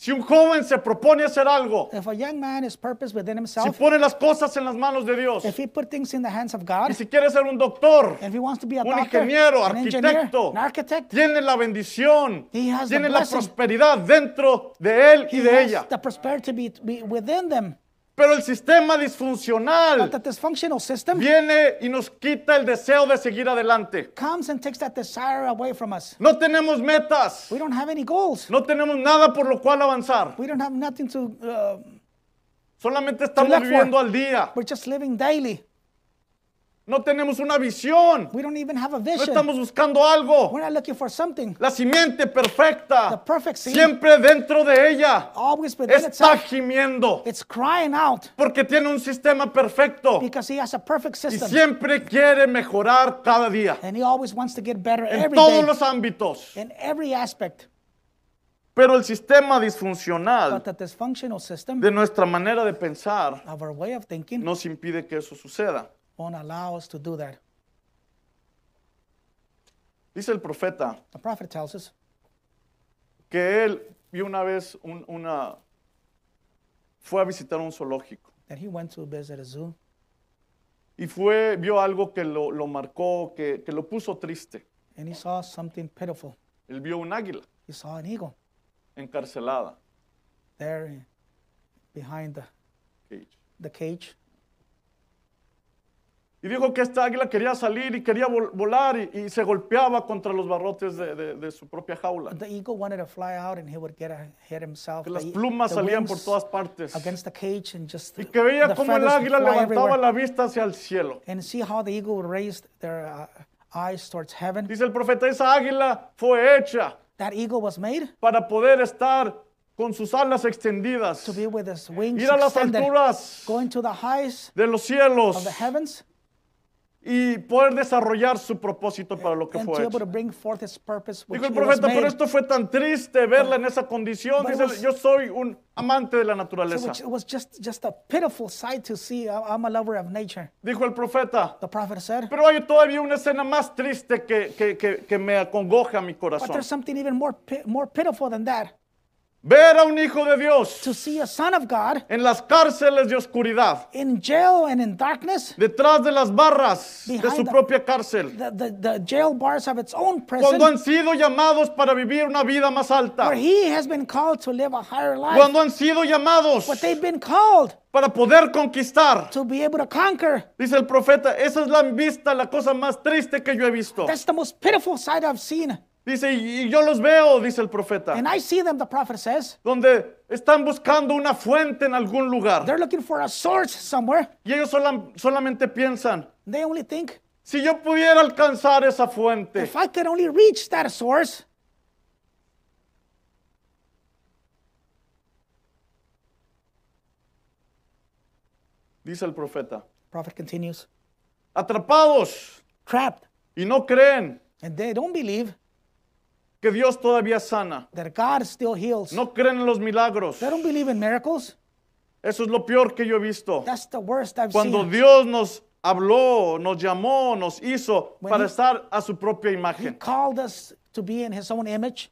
Si un joven se propone hacer algo,
If a young man is purpose within
si
himself,
pone las cosas en las manos de Dios,
if he put things in the hands of
y
God,
si quiere ser un doctor,
if he wants to be a
un
doctor,
ingeniero,
an engineer,
arquitecto,
an architect,
tiene la bendición,
He has the
tiene la
blessing.
prosperidad dentro de él y
he
de
has
ella.
the prosperity to be, to be within them.
Pero el sistema
But
disfuncional
the dysfunctional system
viene y nos quita el deseo de seguir adelante.
comes and takes that desire away from us.
No tenemos metas,
We don't have any goals.
no tenemos nada por lo cual avanzar.
We don't have nothing to. Uh,
Solamente estamos
look for.
viviendo al día.
we're just living daily.
No tenemos una visión.
We don't even have a
No
vision.
estamos buscando algo.
We're not looking for something.
La simiente
The
perfecta
perfect seed
siempre dentro de ella
always within
está
itself.
gimiendo
It's crying out
porque tiene un sistema perfecto
because he has a perfect
y
system.
siempre quiere mejorar cada día
And he always wants to get better
en
every
todos
day
los ámbitos.
in every aspect.
Pero el sistema disfuncional
But the dysfunctional system
de nuestra manera de pensar
of our way of thinking
nos impide que eso suceda.
won't allow us to do that.
Dice el profeta
The prophet tells us
que él vio una vez un- una fue a visitar un zoológico.
that he went to visit a zoo
Y fue, vio algo que lo, lo marcó, que, que lo puso triste.
and he saw something pitiful.
Él vio un águila
He saw an eagle
encarcelada.
there in- behind the,
cage.
the cage.
Y dijo que esta águila quería salir y quería vol- volar y, y se golpeaba contra los barrotes de, de- de su propia jaula.
The eagle wanted to fly out and he would get a, hit himself.
Que las
The- e-,
plumas
the
salían por
wings
todas partes.
against the cage and just
Y que veía cómo el
feathers would
águila
fly
levantaba
everywhere.
la vista hacia el cielo.
and see how the eagle raised their uh, eyes towards heaven.
Dice el profeta, esa águila fue hecha
That eagle was made
para poder estar con sus alas extendidas,
to be with his wings
ir a las
extended,
alturas
going to the highs
de los
of
cielos
the heavens,
y poder desarrollar su propósito para lo que
and
fue
to be
hecho.
able to bring forth his purpose, which
Dijo el
it was
profeta,
made.
pero esto fue tan triste verla en esa condición.
but it
Dice,
was-
yo soy un amante de la
So
naturaleza.
which it was just just a pitiful sight to see. I- I'm a lover of nature.
Dijo el profeta,
The prophet said.
pero hay todavía una escena más triste que, que- que- que me acongoja mi
But
corazón.
there's something even more pi- more pitiful than that.
Ver a un hijo de Dios
to see a son of God
en las cárceles de oscuridad,
in jail and in darkness.
detrás de las barras de
Behind
su
the-
propia cárcel,
The, the, the jail bars have its own prison
cuando han sido llamados para vivir una vida más alta,
where he has been called to live a higher life.
cuando han sido llamados
But they've been called
para poder conquistar.
to be able to conquer.
Dice el profeta, esa es la vista, la cosa más triste que yo he visto.
That's the most pitiful sight I've seen.
Dice, y y yo los veo, dice el profeta,
And I see them, the prophet says.
donde están buscando una fuente en algún lugar.
They're looking for a source somewhere.
Y ellos solam- solamente piensan,
They only think,
si yo pudiera alcanzar esa fuente,
if I could only reach that source,
dice el profeta.
prophet continues,
Atrapados
trapped.
y no creen
And they don't believe
que Dios todavía sana.
that God still heals.
No creen en los milagros.
They don't believe in miracles.
Eso es lo peor que yo he visto.
That's the worst I've
Cuando
seen.
Dios nos habló, nos llamó, nos hizo
When
para
he-
estar a su propia
He
imagen.
called us to be in His own image,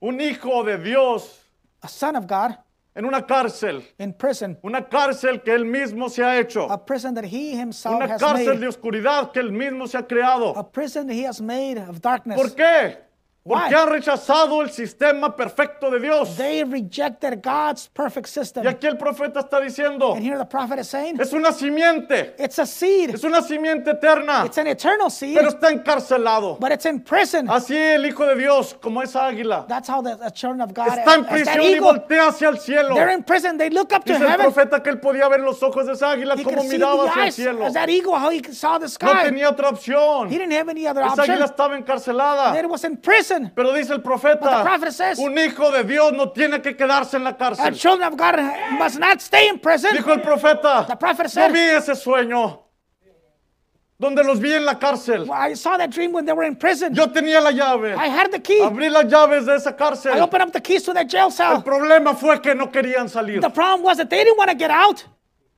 Un hijo de Dios
a son of God
en una cárcel.
in prison,
Una cárcel que él mismo se ha hecho.
a prison that He Himself
Una
has
cárcel de
made,
oscuridad que él mismo se ha
a
creado.
prison that He has made
¿Por
of darkness.
qué? Porque
Why?
han rechazado el sistema perfecto de Dios.
They rejected God's perfect
Y
system.
aquí el profeta está diciendo,
And here the prophet is saying,
es una simiente,
it's a seed,
es una simiente eterna,
it's an eternal seed,
pero Ah. está encarcelado.
but it's in prison.
Así el Hijo de Dios, como esa águila,
That's how the, the children of God
está en
as that
prisión y
eagle,
voltea hacia el cielo.
they're in prison. They look up to
Dice el
heaven.
profeta que él podía ver los ojos de esa águila,
He
cómo
could see the
miraba hacia el
eyes
cielo.
as that eagle, how he saw the
No
sky.
tenía otra opción.
he didn't have any other
Esa
option.
águila estaba encarcelada.
It was in prison.
Pero dice el
But the
profeta,
prophet says-
un hijo de Dios no tiene que quedarse en la
The
cárcel.
children of God must not stay in prison.
Dijo el profeta,
The prophet
no
said,
vi ese sueño donde los vi en la cárcel.
"Well, I saw that dream when they were in prison.
Yo tenía la llave.
I had the key.
Abrí las llaves de esa
I
cárcel.
opened up the keys to that jail
El
cell.
problema fue que no querían salir.
The problem was that they didn't want to get out.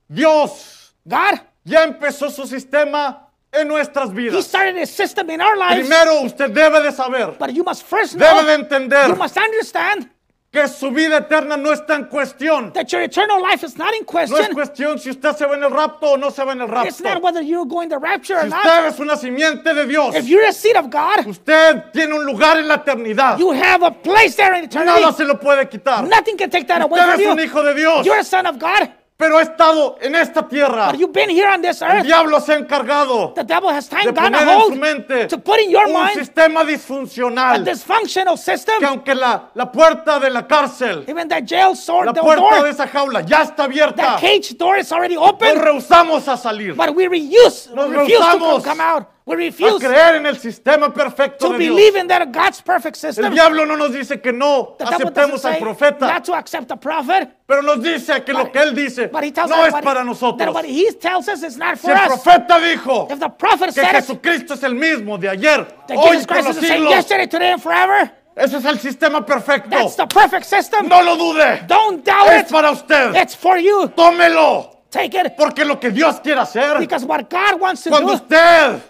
Dios
God,
ya empezó su sistema en nuestras
He
vidas.
started a system in our lives.
Primero usted debe de saber,
But you must first
debe de
know, you
entender
must understand
que su vida eterna no está en cuestión.
that your eternal life is not in
No es
question.
cuestión si usted se va en el rapto o no se va en el
It's
rapto.
not whether you're going to rapture or
Si
not.
usted es una simiente de Dios,
If you're a seed of God,
usted tiene un lugar en la eternidad.
you have a place there in
Nada
eternity.
se lo puede quitar.
Nothing can take that away
Usted
from
es un
you.
hijo de Dios,
You're a son of God,
pero ha estado en esta tierra.
but you've been here on this
El
earth.
diablo se ha encargado
The devil has
de
time gotten
poner
a
en su
hold
mente
to put in your
un
mind
sistema
a
disfuncional
dysfunctional system.
que aunque la, la puerta de la cárcel,
Even that jail sword,
la
the
puerta de
door,
esa jaula ya está abierta,
that cage door is already
nos
open,
rehusamos a salir, a
but we refuse,
Nos
refuse to
rehusamos
come, come out. We refuse to
creer en el sistema perfecto de Dios.
believe in that God's perfect
El
system.
diablo no nos dice que no
The devil
aceptemos
doesn't
al
say
profeta,
not to accept the prophet,
pero nos dice que lo
But-
que él dice
but he tells
no
us
es
what he-
para
that
nosotros.
what he tells us is not
Si
for
el
us.
profeta dijo
If the prophet
que
said it,
Jesucristo es el mismo de ayer,
that
hoy y
Jesus
por
Christ
los
is the same
siglos,
yesterday, today, and forever,
ese es el sistema perfecto.
that's the perfect system.
No lo dude.
Don't doubt
Es
it.
para usted.
It's for you.
Tómelo.
Take it.
Porque lo que Dios quiere hacer,
Because what God wants to
cuando
do,
usted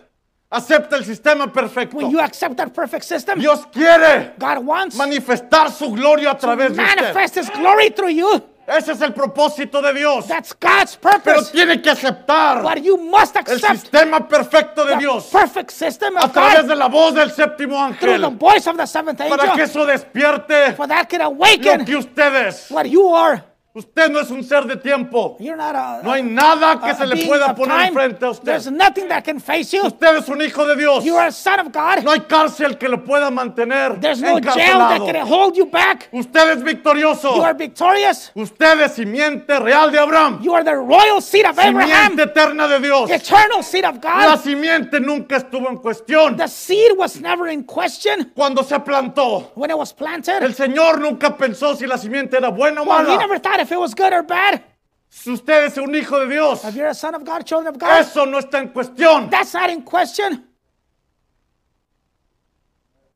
acepta el sistema perfecto,
when you accept that perfect system,
Dios quiere
God wants to
manifestar su gloria a través de usted.
manifest His glory through you.
Ese es el propósito de Dios.
That's God's
Pero
purpose.
tiene que aceptar
But you must
el
accept
sistema perfecto de
the
Dios
perfect system
a
of
través
God
de la voz del séptimo
through the
ángel
voice of the seventh
para que
angel.
eso despierte
For that can
lo
awaken
que ustedes.
what you are.
Usted no es un ser de tiempo.
You're not a,
No hay
a-
nada que
a
se le
Uh, being
pueda
of
poner
time.
enfrente a
There's
usted.
nothing that can face you.
Usted es un hijo de Dios.
You are a son of God.
No hay cárcel que lo pueda mantener
There's no jail that
encarcelado.
can hold you back.
Usted es
You
victorioso.
are victorious.
Usted es simiente real de Abraham.
You are the royal seed of Abraham,
Simiente eterna de Dios.
the eternal seed of
La
God.
simiente nunca estuvo en cuestión
The seed was never in question
cuando se plantó.
when it was
El
planted.
Señor nunca pensó si la simiente era buena o
Well, he
mala.
never thought if it was good or bad.
Si usted es un hijo de Dios,
If you're a son of God, children of God,
eso no está en cuestión.
that's not in question.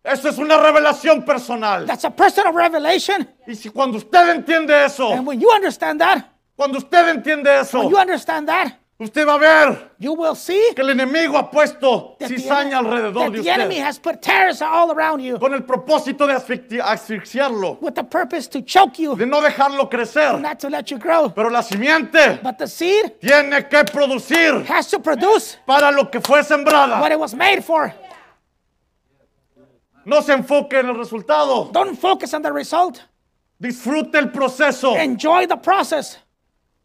Eso es una revelación personal.
That's a personal revelation.
Y si cuando usted entiende eso,
And when you understand that,
Cuando usted entiende eso,
when you understand that,
Usted va a ver
You will see
Oh. que el enemigo ha puesto
that,
cizaña alrededor
that
de
the enemy
usted
has put terrorists all around you
con el propósito de asfixi- asfixiarlo,
with the purpose to choke you,
de no dejarlo crecer.
not to let you grow.
Pero la simiente
But the seed
tiene que producir
has to produce
para lo que fue sembrada.
what it was made for.
No se enfoque en el resultado.
Don't focus on the result.
Disfrute el proceso,
Enjoy the process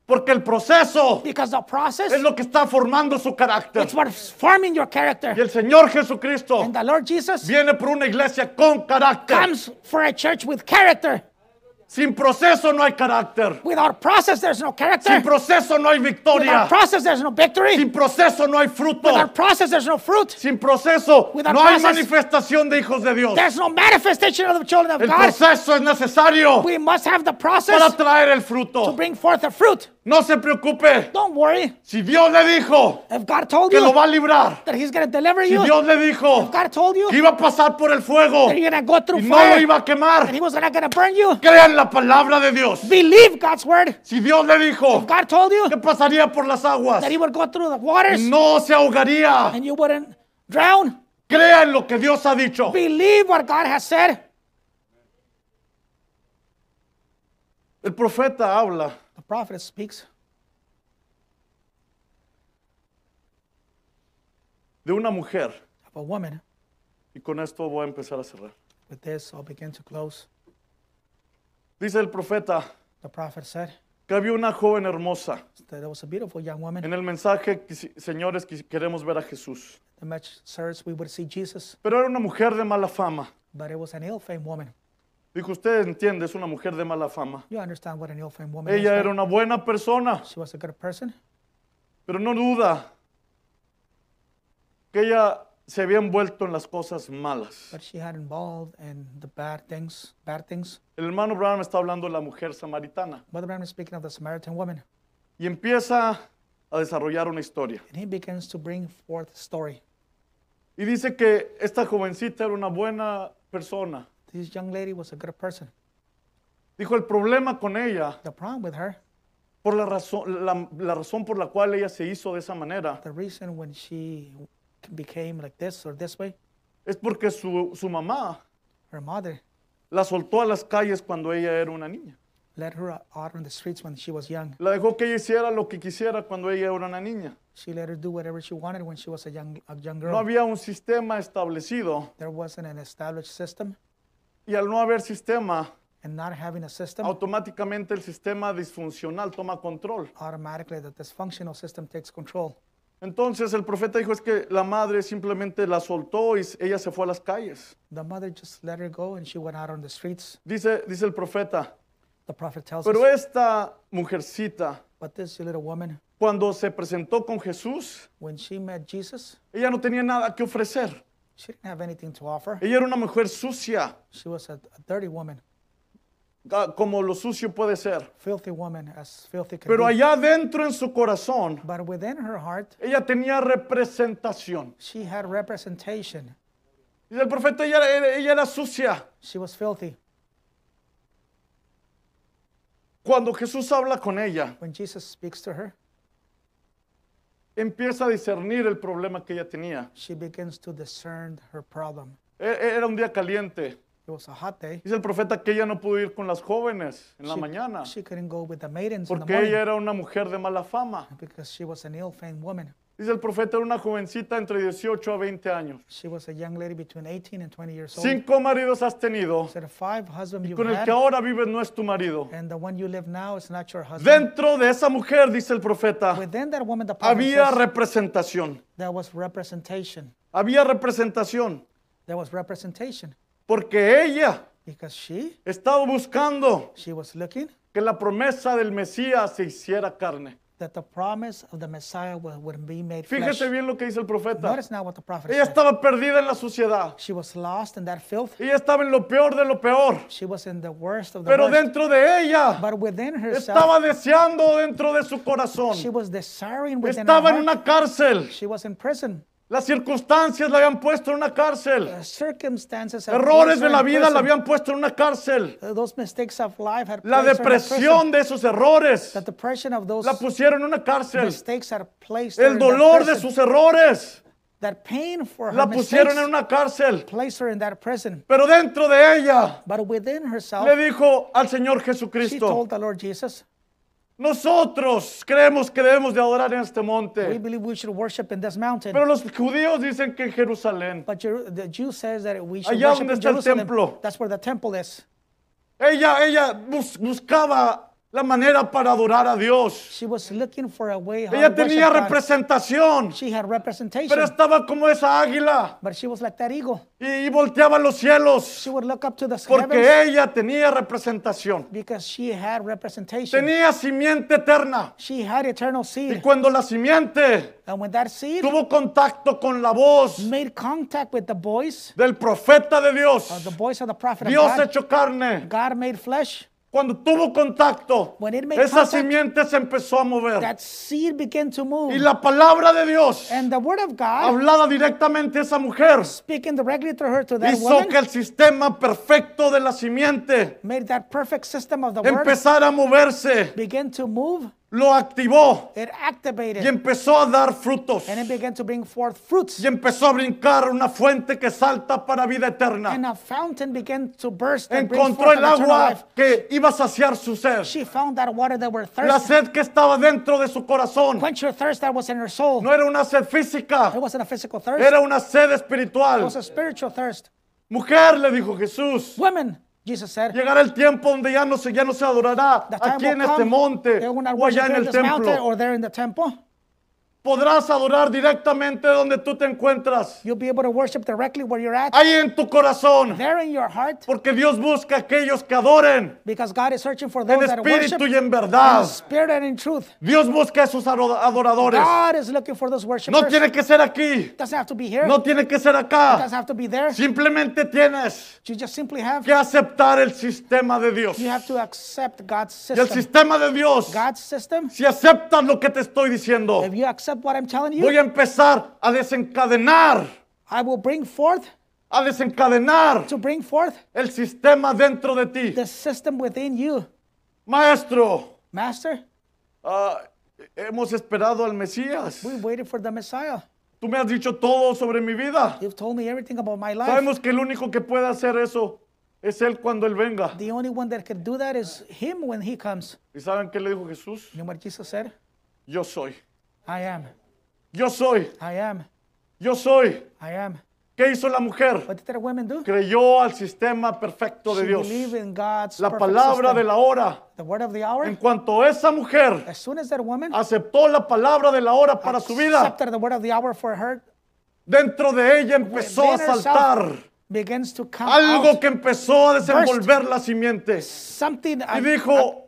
porque el proceso
because the process
es lo que está formando su carácter.
is what's forming your
Y
character.
el Señor Jesucristo
And the Lord Jesus
viene por una iglesia con carácter.
comes for a church with character.
Sin proceso no hay carácter.
Without process, there's no
Sin
character.
proceso no hay victoria.
Without process, there's no victory.
Sin proceso no hay fruto.
Without process, there's no fruit.
Sin proceso
Without
no hay
process-
manifestación de hijos de Dios.
There's no manifestation of the children of
El
God.
proceso es necesario
We must have the
para
process
traer el
to
fruto.
bring forth the fruit.
No se preocupe.
Don't worry.
Si Dios le dijo
If God told
que lo
you
va a librar,
that He's going to deliver
si
you, if
Dios le dijo
God told you
que iba a pasar por el fuego
that you're going to go
y
through
no lo
fire,
iba a
and
quemar,
He was not going to burn you,
crean la palabra de Dios.
believe God's word.
Si Dios le dijo
God told you
que pasaría por las aguas,
that He would go through the waters
no se ahogaría.
and you wouldn't drown.
Crea en lo que Dios ha dicho.
Believe what God has said.
El profeta habla
The prophet speaks
de una mujer,
of a woman.
y con esto voy a empezar a cerrar.
With this, I'll begin to close.
Dice el profeta
The prophet said
que había una joven hermosa.
that there was a beautiful young woman.
En el mensaje, quisi- señores, quis- queremos ver a Jesús.
The much search we would see Jesus,
Pero era una mujer de mala fama.
but it was an ill-famed woman.
Dijo, usted entiende, es una mujer de mala fama.
You understand what an ill-famed woman is.
Ella
right?
era una buena persona,
She was a good person,
pero no duda que ella se había envuelto en las cosas malas.
but she had involved in the bad things. Bad things.
El hermano Brown está hablando de la mujer samaritana
Brother Bram is speaking of the Samaritan woman,
y empieza a desarrollar una historia.
and he begins to bring forth story.
Y dice que esta jovencita era una buena persona.
This young lady was a good person.
Dijo el problema con ella,
The problem with her,
por la razón, la- la razón por la cual ella se hizo de esa manera,
the reason when she became like this or this way,
es porque su, su mamá
her mother
la soltó a las calles cuando ella era una niña.
led her out on the streets when she was young.
La dejó que ella hiciera lo que quisiera cuando ella era una niña.
She let her do whatever she wanted when she was a young, a young girl.
No había un sistema establecido
there wasn't an established system,
y al no haber sistema,
and not having a system,
automáticamente el sistema disfuncional toma control.
automatically the dysfunctional system takes control.
Entonces el profeta dijo es que la madre simplemente la soltó y s- ella se fue a las calles.
The mother just let her go, and she went out on the streets.
Dice, dice el profeta,
The prophet tells
pero
us.
esta mujercita,
But this little woman,
cuando se presentó con Jesús,
when she met Jesus,
ella no tenía nada que ofrecer.
she didn't have anything to offer.
Ella era una mujer sucia,
She was a, a dirty woman,
ca- como lo sucio puede ser.
filthy woman, as filthy could
Pero
be.
allá adentro en su corazón,
But within her heart,
ella tenía representación.
she had representation.
Dice el profeta, ella era, ella era sucia.
She was filthy.
Cuando Jesús habla con ella,
When Jesus speaks to her,
empieza a discernir el problema que ella tenía.
she begins to discern her problem.
E- e- Era un día caliente.
It was a hot day.
Dice el profeta que ella no pudo ir con las jóvenes en la
She-
mañana
She couldn't go with the maidens in the
porque
morning
ella era una mujer de mala fama.
because she was an ill-famed woman.
Dice el profeta era una jovencita entre 18 a 20 años.
She was a young lady between 18 and 20 years old.
Cinco maridos has tenido.
Said five husbands you
Con el
had,
que ahora vives no es tu marido.
and the one you live now is not your husband.
Dentro de esa mujer, dice el profeta,
Within that woman, the prophet
había
says,
representación.
there was representation.
Había representación
There was representation
porque ella
because she
estaba buscando
she was looking
que la promesa del Mesías se hiciera carne.
that the promise of the Messiah would, would be made flesh.
Fíjese bien lo que dice el profeta.
Notice now what the prophet
Ella
said.
estaba perdida en la sociedad.
She was lost in that filth.
Ella estaba en lo peor de lo peor.
She was in the worst of the
Pero
worst.
dentro de ella
but within herself,
estaba deseando dentro de su corazón.
she was desiring within her
Estaba en
heart.
una cárcel.
She was in prison.
Las circunstancias la habían puesto en una cárcel.
Uh, circumstances have
Errores
placed
de
her
la
in
vida la
prison.
habían puesto en una cárcel.
Uh, Those mistakes of life had
La
placed her in prison.
depresión de esos errores
The depression of those
la pusieron en una cárcel.
mistakes are placed her
El
in that
dolor de
prison.
sus errores
That pain for her
la pusieron en
mistakes
una cárcel.
placed her in that prison.
Pero dentro de ella
But within herself,
le dijo al Señor
she
Jesucristo,
told the Lord Jesus,
nosotros creemos que debemos de adorar en este
"We
monte.
believe we should worip in this mountain."
Pero los judíos dicen que en Jerusalén.
But Jeru- the Jew says that we should
Allá
worship
donde
in
está el
Jerusalem.
templo.
That's where the temple is.
Ella, ella bus- buscaba la manera para adorar a Dios.
She was looking for a way how
Ella
to worship
tenía
God.
representación,
She had representation,
pero estaba como esa águila
but she was like that eagle.
y, y volteaba los cielos
She would look up to the heavens
porque ella tenía representación.
because she had representation.
Tenía simiente eterna.
She had eternal
Y
seed,
cuando la simiente
and when that seed
tuvo contacto con la voz
made contact with the voice,
del profeta de
the
Dios,
voice of the prophet of
Dios
God,
hecho carne,
God made flesh.
cuando tuvo contacto,
When it made
esa
contact,
simiente se empezó a mover.
That seed began to
Y
move,
la palabra de Dios
and the word of God,
hablada directamente a esa mujer
speaking directly to her, to that
hizo
woman,
que el sistema perfecto de la simiente
made that perfect system of the word
empezara a moverse,
begin to move.
lo activó
It
y
activated,
empezó a dar frutos.
and it began to bring forth fruits,
Y empezó a brincar una fuente que salta para vida
and
eterna.
a fountain began to burst and bring
Encontró
forth
el
an eternal life.
agua que iba a saciar su sed.
She found that water that were
La
thirsty.
sed que estaba dentro de su corazón
Quench your thirst that was in her soul.
no era una sed física,
It wasn't a physical thirst.
era una sed
It
espiritual.
was a spiritual thirst.
Mujer, le dijo Jesús,
Women, Jesus said,
Llegará el tiempo donde ya no se, ya no se adorará
the time
aquí en
will
este
come.
monte
they will not
o allá
worship
en
in
el
this mountain
templo.
or there in the temple.
Podrás adorar directamente donde tú te encuentras,
You'll be able to worship directly where you're at,
ahí en tu corazón,
there in your heart,
porque Dios busca a aquellos que adoren
because God is searching for
en
those that worship
espíritu
in
y en verdad.
spirit and in truth.
Dios busca a esos ado- adoradores.
God is looking for those
No
worshipers.
tiene que ser aquí,
Doesn't have to be here.
no tiene que ser acá.
Doesn't have to be there.
Simplemente tienes
You just simply have
que aceptar el sistema de Dios.
you
Y
have to accept God's
el
system.
sistema de Dios,
God's system.
si aceptas lo que te estoy diciendo,
If you accept what I'm telling you,
voy a empezar a desencadenar,
I will bring forth
a desencadenar
to bring forth
el sistema dentro de ti.
the system within you,
Maestro,
Master.
ah, hemos esperado al Mesías.
We waited for the Messiah.
Tú me has dicho todo sobre mi vida.
You've told me everything about my life.
Sabemos que el único que puede hacer eso es Él cuando Él venga.
The only one that can do that is Him when He comes.
¿Y saben qué le dijo Jesús?
You know what Jesus said?
Yo soy.
I am.
Yo soy.
I am.
Yo soy.
I am.
¿Qué hizo la mujer?
What did the women do?
Creyó al sistema perfecto de
She
Dios.
believed in God's
La
perfect
palabra
system.
de la hora.
the word of the
En
hour.
cuanto esa mujer
As soon as that woman
aceptó la palabra de la hora para su vida,
accepted the word of the hour for her,
dentro de ella empezó a
within herself
saltar
begins to come
algo
out.
que empezó a desenvolver las simientes.
Something.
Y
I,
dijo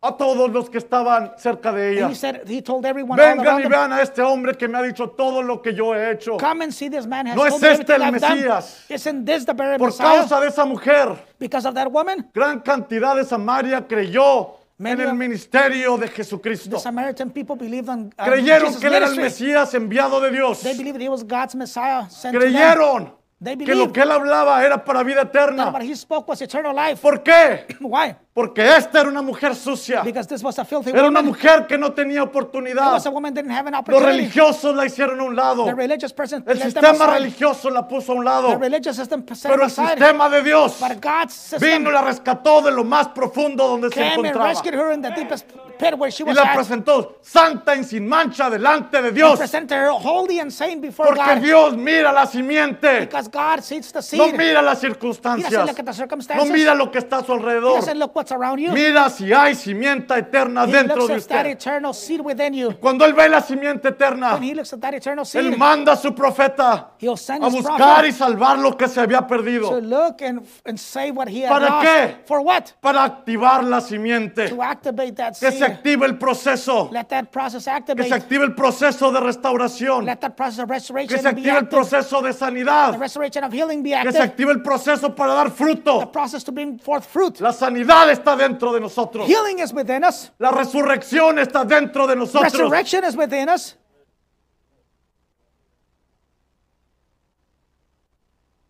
a todos los que estaban cerca de
and
ella,
he said he told everyone all around
vengan y
him,
vean a este hombre que me ha dicho todo lo que yo he hecho.
Come and see this man has
No es
told me
este el
everything I've done.
Mesías.
Isn't this the very
Por
Messiah?
causa de esa mujer,
because of that woman,
gran cantidad de Samaria creyó en
Many
el
of-
ministerio de
the
Jesucristo.
Samaritan people believed on, on
Creyeron
Jesus'
que él era el
ministry.
Mesías enviado de Dios.
They believed he was God's Messiah sent to them.
Creyeron
They
que lo
believed
que él hablaba era para vida
that
eterna.
what he spoke was eternal life.
¿Por qué?
Why?
Porque esta era una mujer sucia.
Because this was a filthy
Era una
woman.
mujer que no tenía
It
oportunidad.
was a woman that didn't have an
Los
opportunity.
religiosos la hicieron a un lado.
the religious person
El
let them
sistema
aside.
religioso la puso a un
The
lado.
religious system set
Pero el
aside.
sistema de Dios
but God's system
vino y la rescató de lo más profundo donde se
came and
encontraba.
rescued her in the deepest pit where she
Y
was
la
at.
presentó santa y sin mancha delante de Dios.
presented her holy and saint before
Porque
God.
Dios mira la simiente.
because God sees the seed.
No mira las
He
circunstancias.
doesn't look at the
No
circumstances.
mira lo que está a su
He
alrededor.
doesn't look what's around you.
Mira si hay simiente eterna
he
dentro
looks
de
at that
usted.
eternal seed within you.
Cuando él ve la simiente eterna,
When he looks at that eternal seed,
él manda a su profeta
he'll send
a
his
buscar
prophet
y salvar lo que se había
to
perdido
look and, and say what he had
¿Para
lost.
qué?
For what?
para activar la simiente.
To activate that
Que
seed.
se active el proceso.
Let that process
Que
activate.
se active el proceso de restauración.
Let that process of
Que
restoration
se
be
active el
active.
proceso de
The
sanidad.
restoration of healing be
Que se
active.
active el proceso para dar
The
fruto.
process to bring forth fruit.
La sanidad está dentro de nosotros.
Healing is within us.
La resurrección está dentro de nosotros.
Resurrection is within us.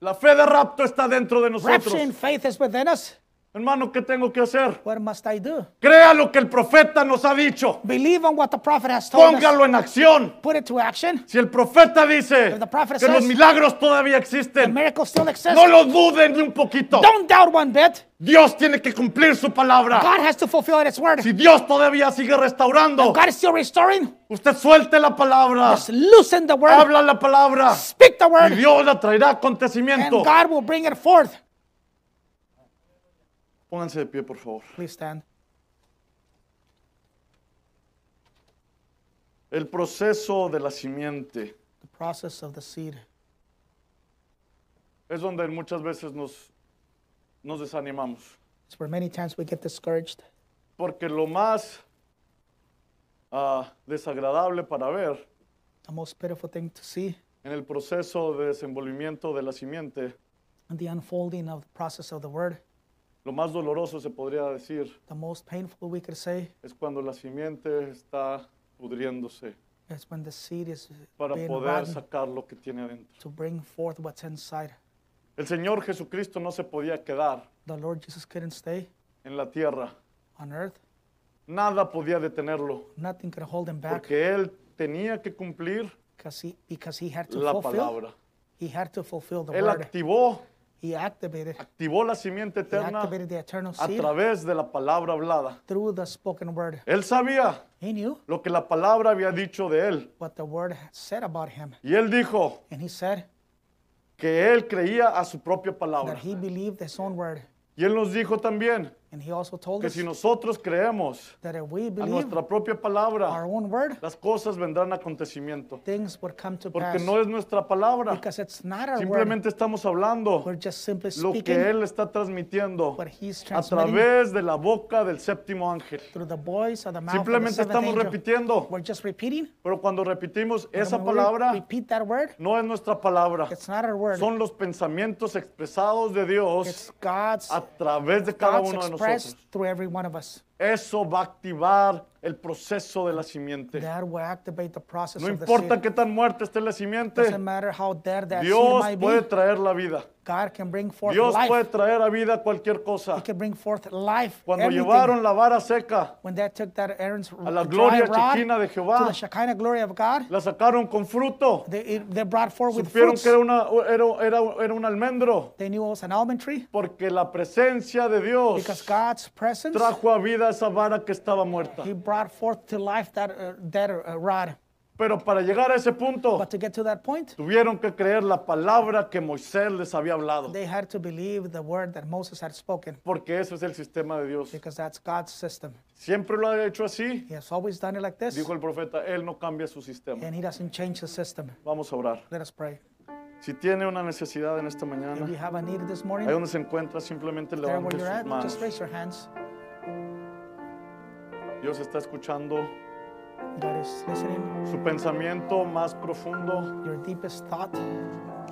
La fe de rapto está dentro de
Rapture in
nosotros.
faith is within us.
Hermano, ¿qué tengo que hacer?
What must I do?
Crea lo que el profeta nos ha dicho.
Believe on what the prophet has told us.
Póngalo en acción.
Put it to action.
Si el profeta dice
If the prophet
que los
says-
milagros todavía
The
existen,
miracle still exists.
no lo duden ni un poquito.
Don't doubt one bit.
Dios tiene que cumplir su palabra.
God has to fulfill its word.
Si Dios todavía sigue restaurando,
God is still restoring.
usted suelte la palabra.
Just loosen the word.
Ah. Habla la palabra.
Speak the
Y
word.
Dios la traerá
And
acontecimiento.
God will bring it forth.
Pónganse de pie, por favor.
Please stand.
El proceso de la simiente
The process of the seed.
es donde muchas veces nos, nos desanimamos.
It's where many times we get discouraged.
Porque lo más ah, desagradable para ver
The most pitiful thing to see
en el proceso de desenvolvimiento de la simiente,
in the unfolding of the process of the word.
lo más doloroso se podría decir,
The most painful we could say
es cuando la simiente está pudriéndose
is when the seed is
para
being
poder
rotten
sacar lo que tiene adentro.
to bring forth what's inside.
El Señor Jesucristo no se podía quedar
The Lord Jesus couldn't stay
en la tierra.
on earth.
Nada podía detenerlo
Nothing could hold him back
porque Él tenía que cumplir
because he, because he had to
la
fulfill.
palabra.
He had to fulfill the
Él
word.
activó,
He activated.
activó la simiente
He
eterna
activated the eternal
a
seed
través de la palabra hablada.
through the spoken word.
Él sabía
He knew
lo que la palabra había dicho de él.
what the word had said about him.
Y él dijo
And he said
que él creía a su propia
that
palabra.
he believed his own word.
Y él nos dijo también
And he also told
que
us
si nosotros creemos
that if we
a
believe
nuestra propia
our
palabra,
own word,
las cosas vendrán a acontecimiento.
things would come to
Porque
pass.
no es nuestra palabra.
Because it's not our word.
Simplemente estamos hablando
We're just simply
lo que
speaking
él está transmitiendo
what he's
a
transmitting
través de la boca del séptimo ángel.
through the voice of the mouth of the
Simplemente
seventh
estamos
angel.
repitiendo.
We're just repeating.
Pero cuando repetimos
And
esa
when we
palabra,
Repeat that word.
no es nuestra palabra.
It's not our word.
Son los pensamientos expresados de
It's
Dios
God's,
a través de cada
God's
uno de nosotros.
expressed through every one of us.
Eso va a activar el proceso de la simiente.
That will activate the process
No
of the seed.
importa qué tan muerta esté la simiente,
Doesn't matter how dead that seed
Dios
might
puede
be.
traer la vida.
God can bring forth
Dios
life.
puede traer a vida cualquier cosa.
He can bring forth life.
Cuando
everything.
llevaron la vara seca,
when that took that Aaron's
a la
dry
gloria
rod
chequina de
to
Jehová,
the Shekinah glory of God,
la sacaron con fruto.
they, it- they brought forth with
Supieron
fruits.
que era, una- era- era- era un almendro,
They knew it was an almond tree
porque la presencia de
because
Dios
God's presence,
trajo a vida esa vara que estaba muerta.
He brought forth to life that, uh, that uh, rod.
Pero para llegar a ese punto,
But to get to that point,
Tuvieron que creer la palabra que Moisés les había hablado,
they had to believe the word that Moses had spoken
porque ese es el sistema de Dios.
because that's God's system.
Siempre lo ha hecho así,
He has always done it like this,
dijo el profeta, Él no cambia su sistema.
and He doesn't change the system.
Vamos a orar.
Let us pray.
Si tiene una necesidad en esta
If you
mañana,
have a need this
ahí
morning,
donde se encuentra, simplemente
there
levante
where you're
sus
at,
manos.
just raise your hands.
Dios está escuchando
God is listening.
su pensamiento más profundo,
Your deepest thought,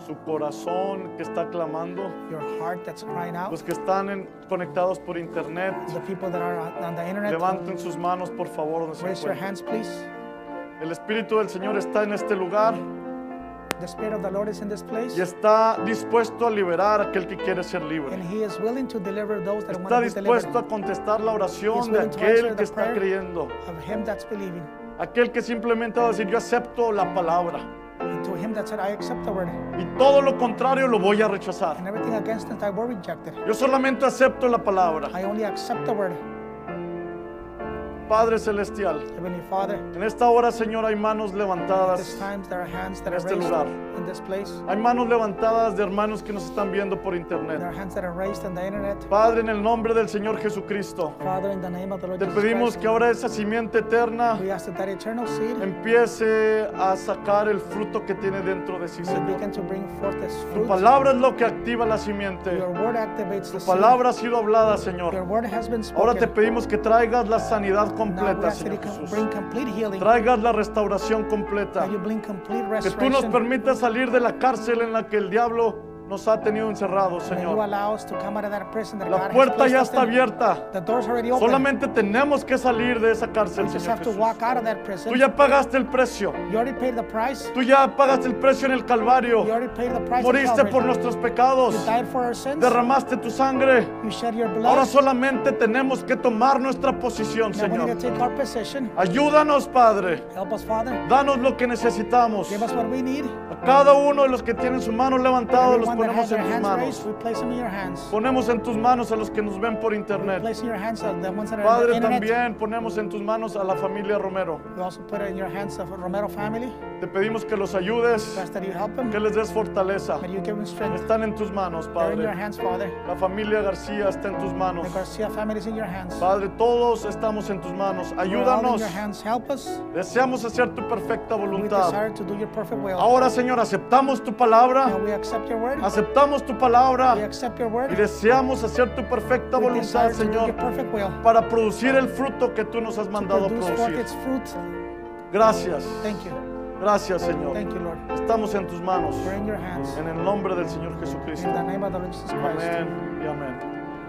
su corazón que está clamando,
your heart that's crying out.
los que están en- conectados por internet.
The people that are on on the internet,
Levanten sus manos, por favor, donde se
raise your
encuentren.
hands, please.
El Espíritu del Señor está en este lugar.
The Spirit of the Lord is in this place,
y está dispuesto a liberar a aquel que quiere ser
and
libre.
He is willing to deliver those that
Está
want to be delivered
dispuesto a contestar la
He's
oración de
willing to answer
aquel
the
que está
prayer.
creyendo,
of him that's believing,
aquel que simplemente va a decir yo acepto la palabra
and to him that said, I accept the word,
y todo lo contrario lo voy a
and
rechazar.
everything against it I will reject it.
Yo solamente acepto la palabra.
I only accept the word.
Padre Celestial,
Heavenly Father,
en esta hora Señor hay manos
this
levantadas,
times there are hands that are
este
raised
lugar.
in this place.
hay manos levantadas de hermanos que nos están viendo por
There
internet.
are hands that are raised on the internet.
Padre, en el nombre del Señor Jesucristo,
Father, in the name of the Lord
te
Jesus
pedimos
Christ,
que ahora esa simiente eterna
we ask that that eternal seed
empiece a sacar el fruto que tiene dentro de sí,
will
Señor.
begin to bring forth its
Tu
fruit.
palabra es lo que activa la simiente.
Your word activates the
Tu
seed.
palabra ha sido hablada,
Your
Señor.
word has been
Ahora te
spoken.
pedimos que traigas la sanidad
Now we
completa,
ask that you
Señor
com-
Jesús.
bring complete healing.
Traigas la restauración completa.
That you bring complete
Que tú nos
restoration.
permitas salir de la cárcel en la que el diablo nos ha tenido encerrados,
that you
Señor.
allow us to come out of that prison that
La
God has
puerta
placed
ya
us
está
in.
abierta.
The door's already open.
Solamente tenemos que salir de esa cárcel,
we just
Señor
have to
Jesús.
walk out of that
Tú
prison.
ya pagaste el precio.
You already paid the price.
Tú ya pagaste el precio en el Calvario.
You already paid the price. of
Moriste
Calvary.
por nuestros pecados.
You died for our sins.
Derramaste tu sangre.
You shed your blood.
Ahora solamente tenemos que tomar nuestra posición,
now we
Señor.
need to take our position.
Ayúdanos, Padre.
Help us, Father.
Danos lo que necesitamos.
Give us what we need.
A cada uno de los que tienen sus manos levantadas, los
Everyone that
ponemos
has their
en tus
hands raised,
manos.
we place them in your hands.
Ponemos en tus manos a los que nos ven por internet.
Place in your hands uh, the ones that are on the
Padre,
internet.
también ponemos en tus manos a la familia Romero.
We also put it in your hands of Romero family.
Te pedimos que los ayudes,
We ask that you help them.
que les des fortaleza.
May you give them strength.
Están en tus manos,
They're in your
Padre.
hands, Father.
La familia García está en tus manos.
The Garcia family is in your hands.
Padre, todos estamos en tus manos.
We're all in
Ayúdanos.
your hands. Help us.
Deseamos hacer tu perfecta
We
voluntad.
desire to do your perfect will.
Ahora, Señor, aceptamos tu palabra.
And we accept your word.
Aceptamos tu
We
palabra
accept your
y
word.
deseamos hacer tu perfecta
We
voluntad,
desire to do your
Señor,
perfect will.
para producir el fruto que tú nos has
To
mandado
produce forth
producir.
its fruit.
Gracias.
Thank you.
Gracias, Señor.
Thank you, Lord.
Estamos en tus manos.
We're in your hands.
En el nombre del Señor Jesucristo.
In the name of the Lord Jesus Christ.
Amén y amén.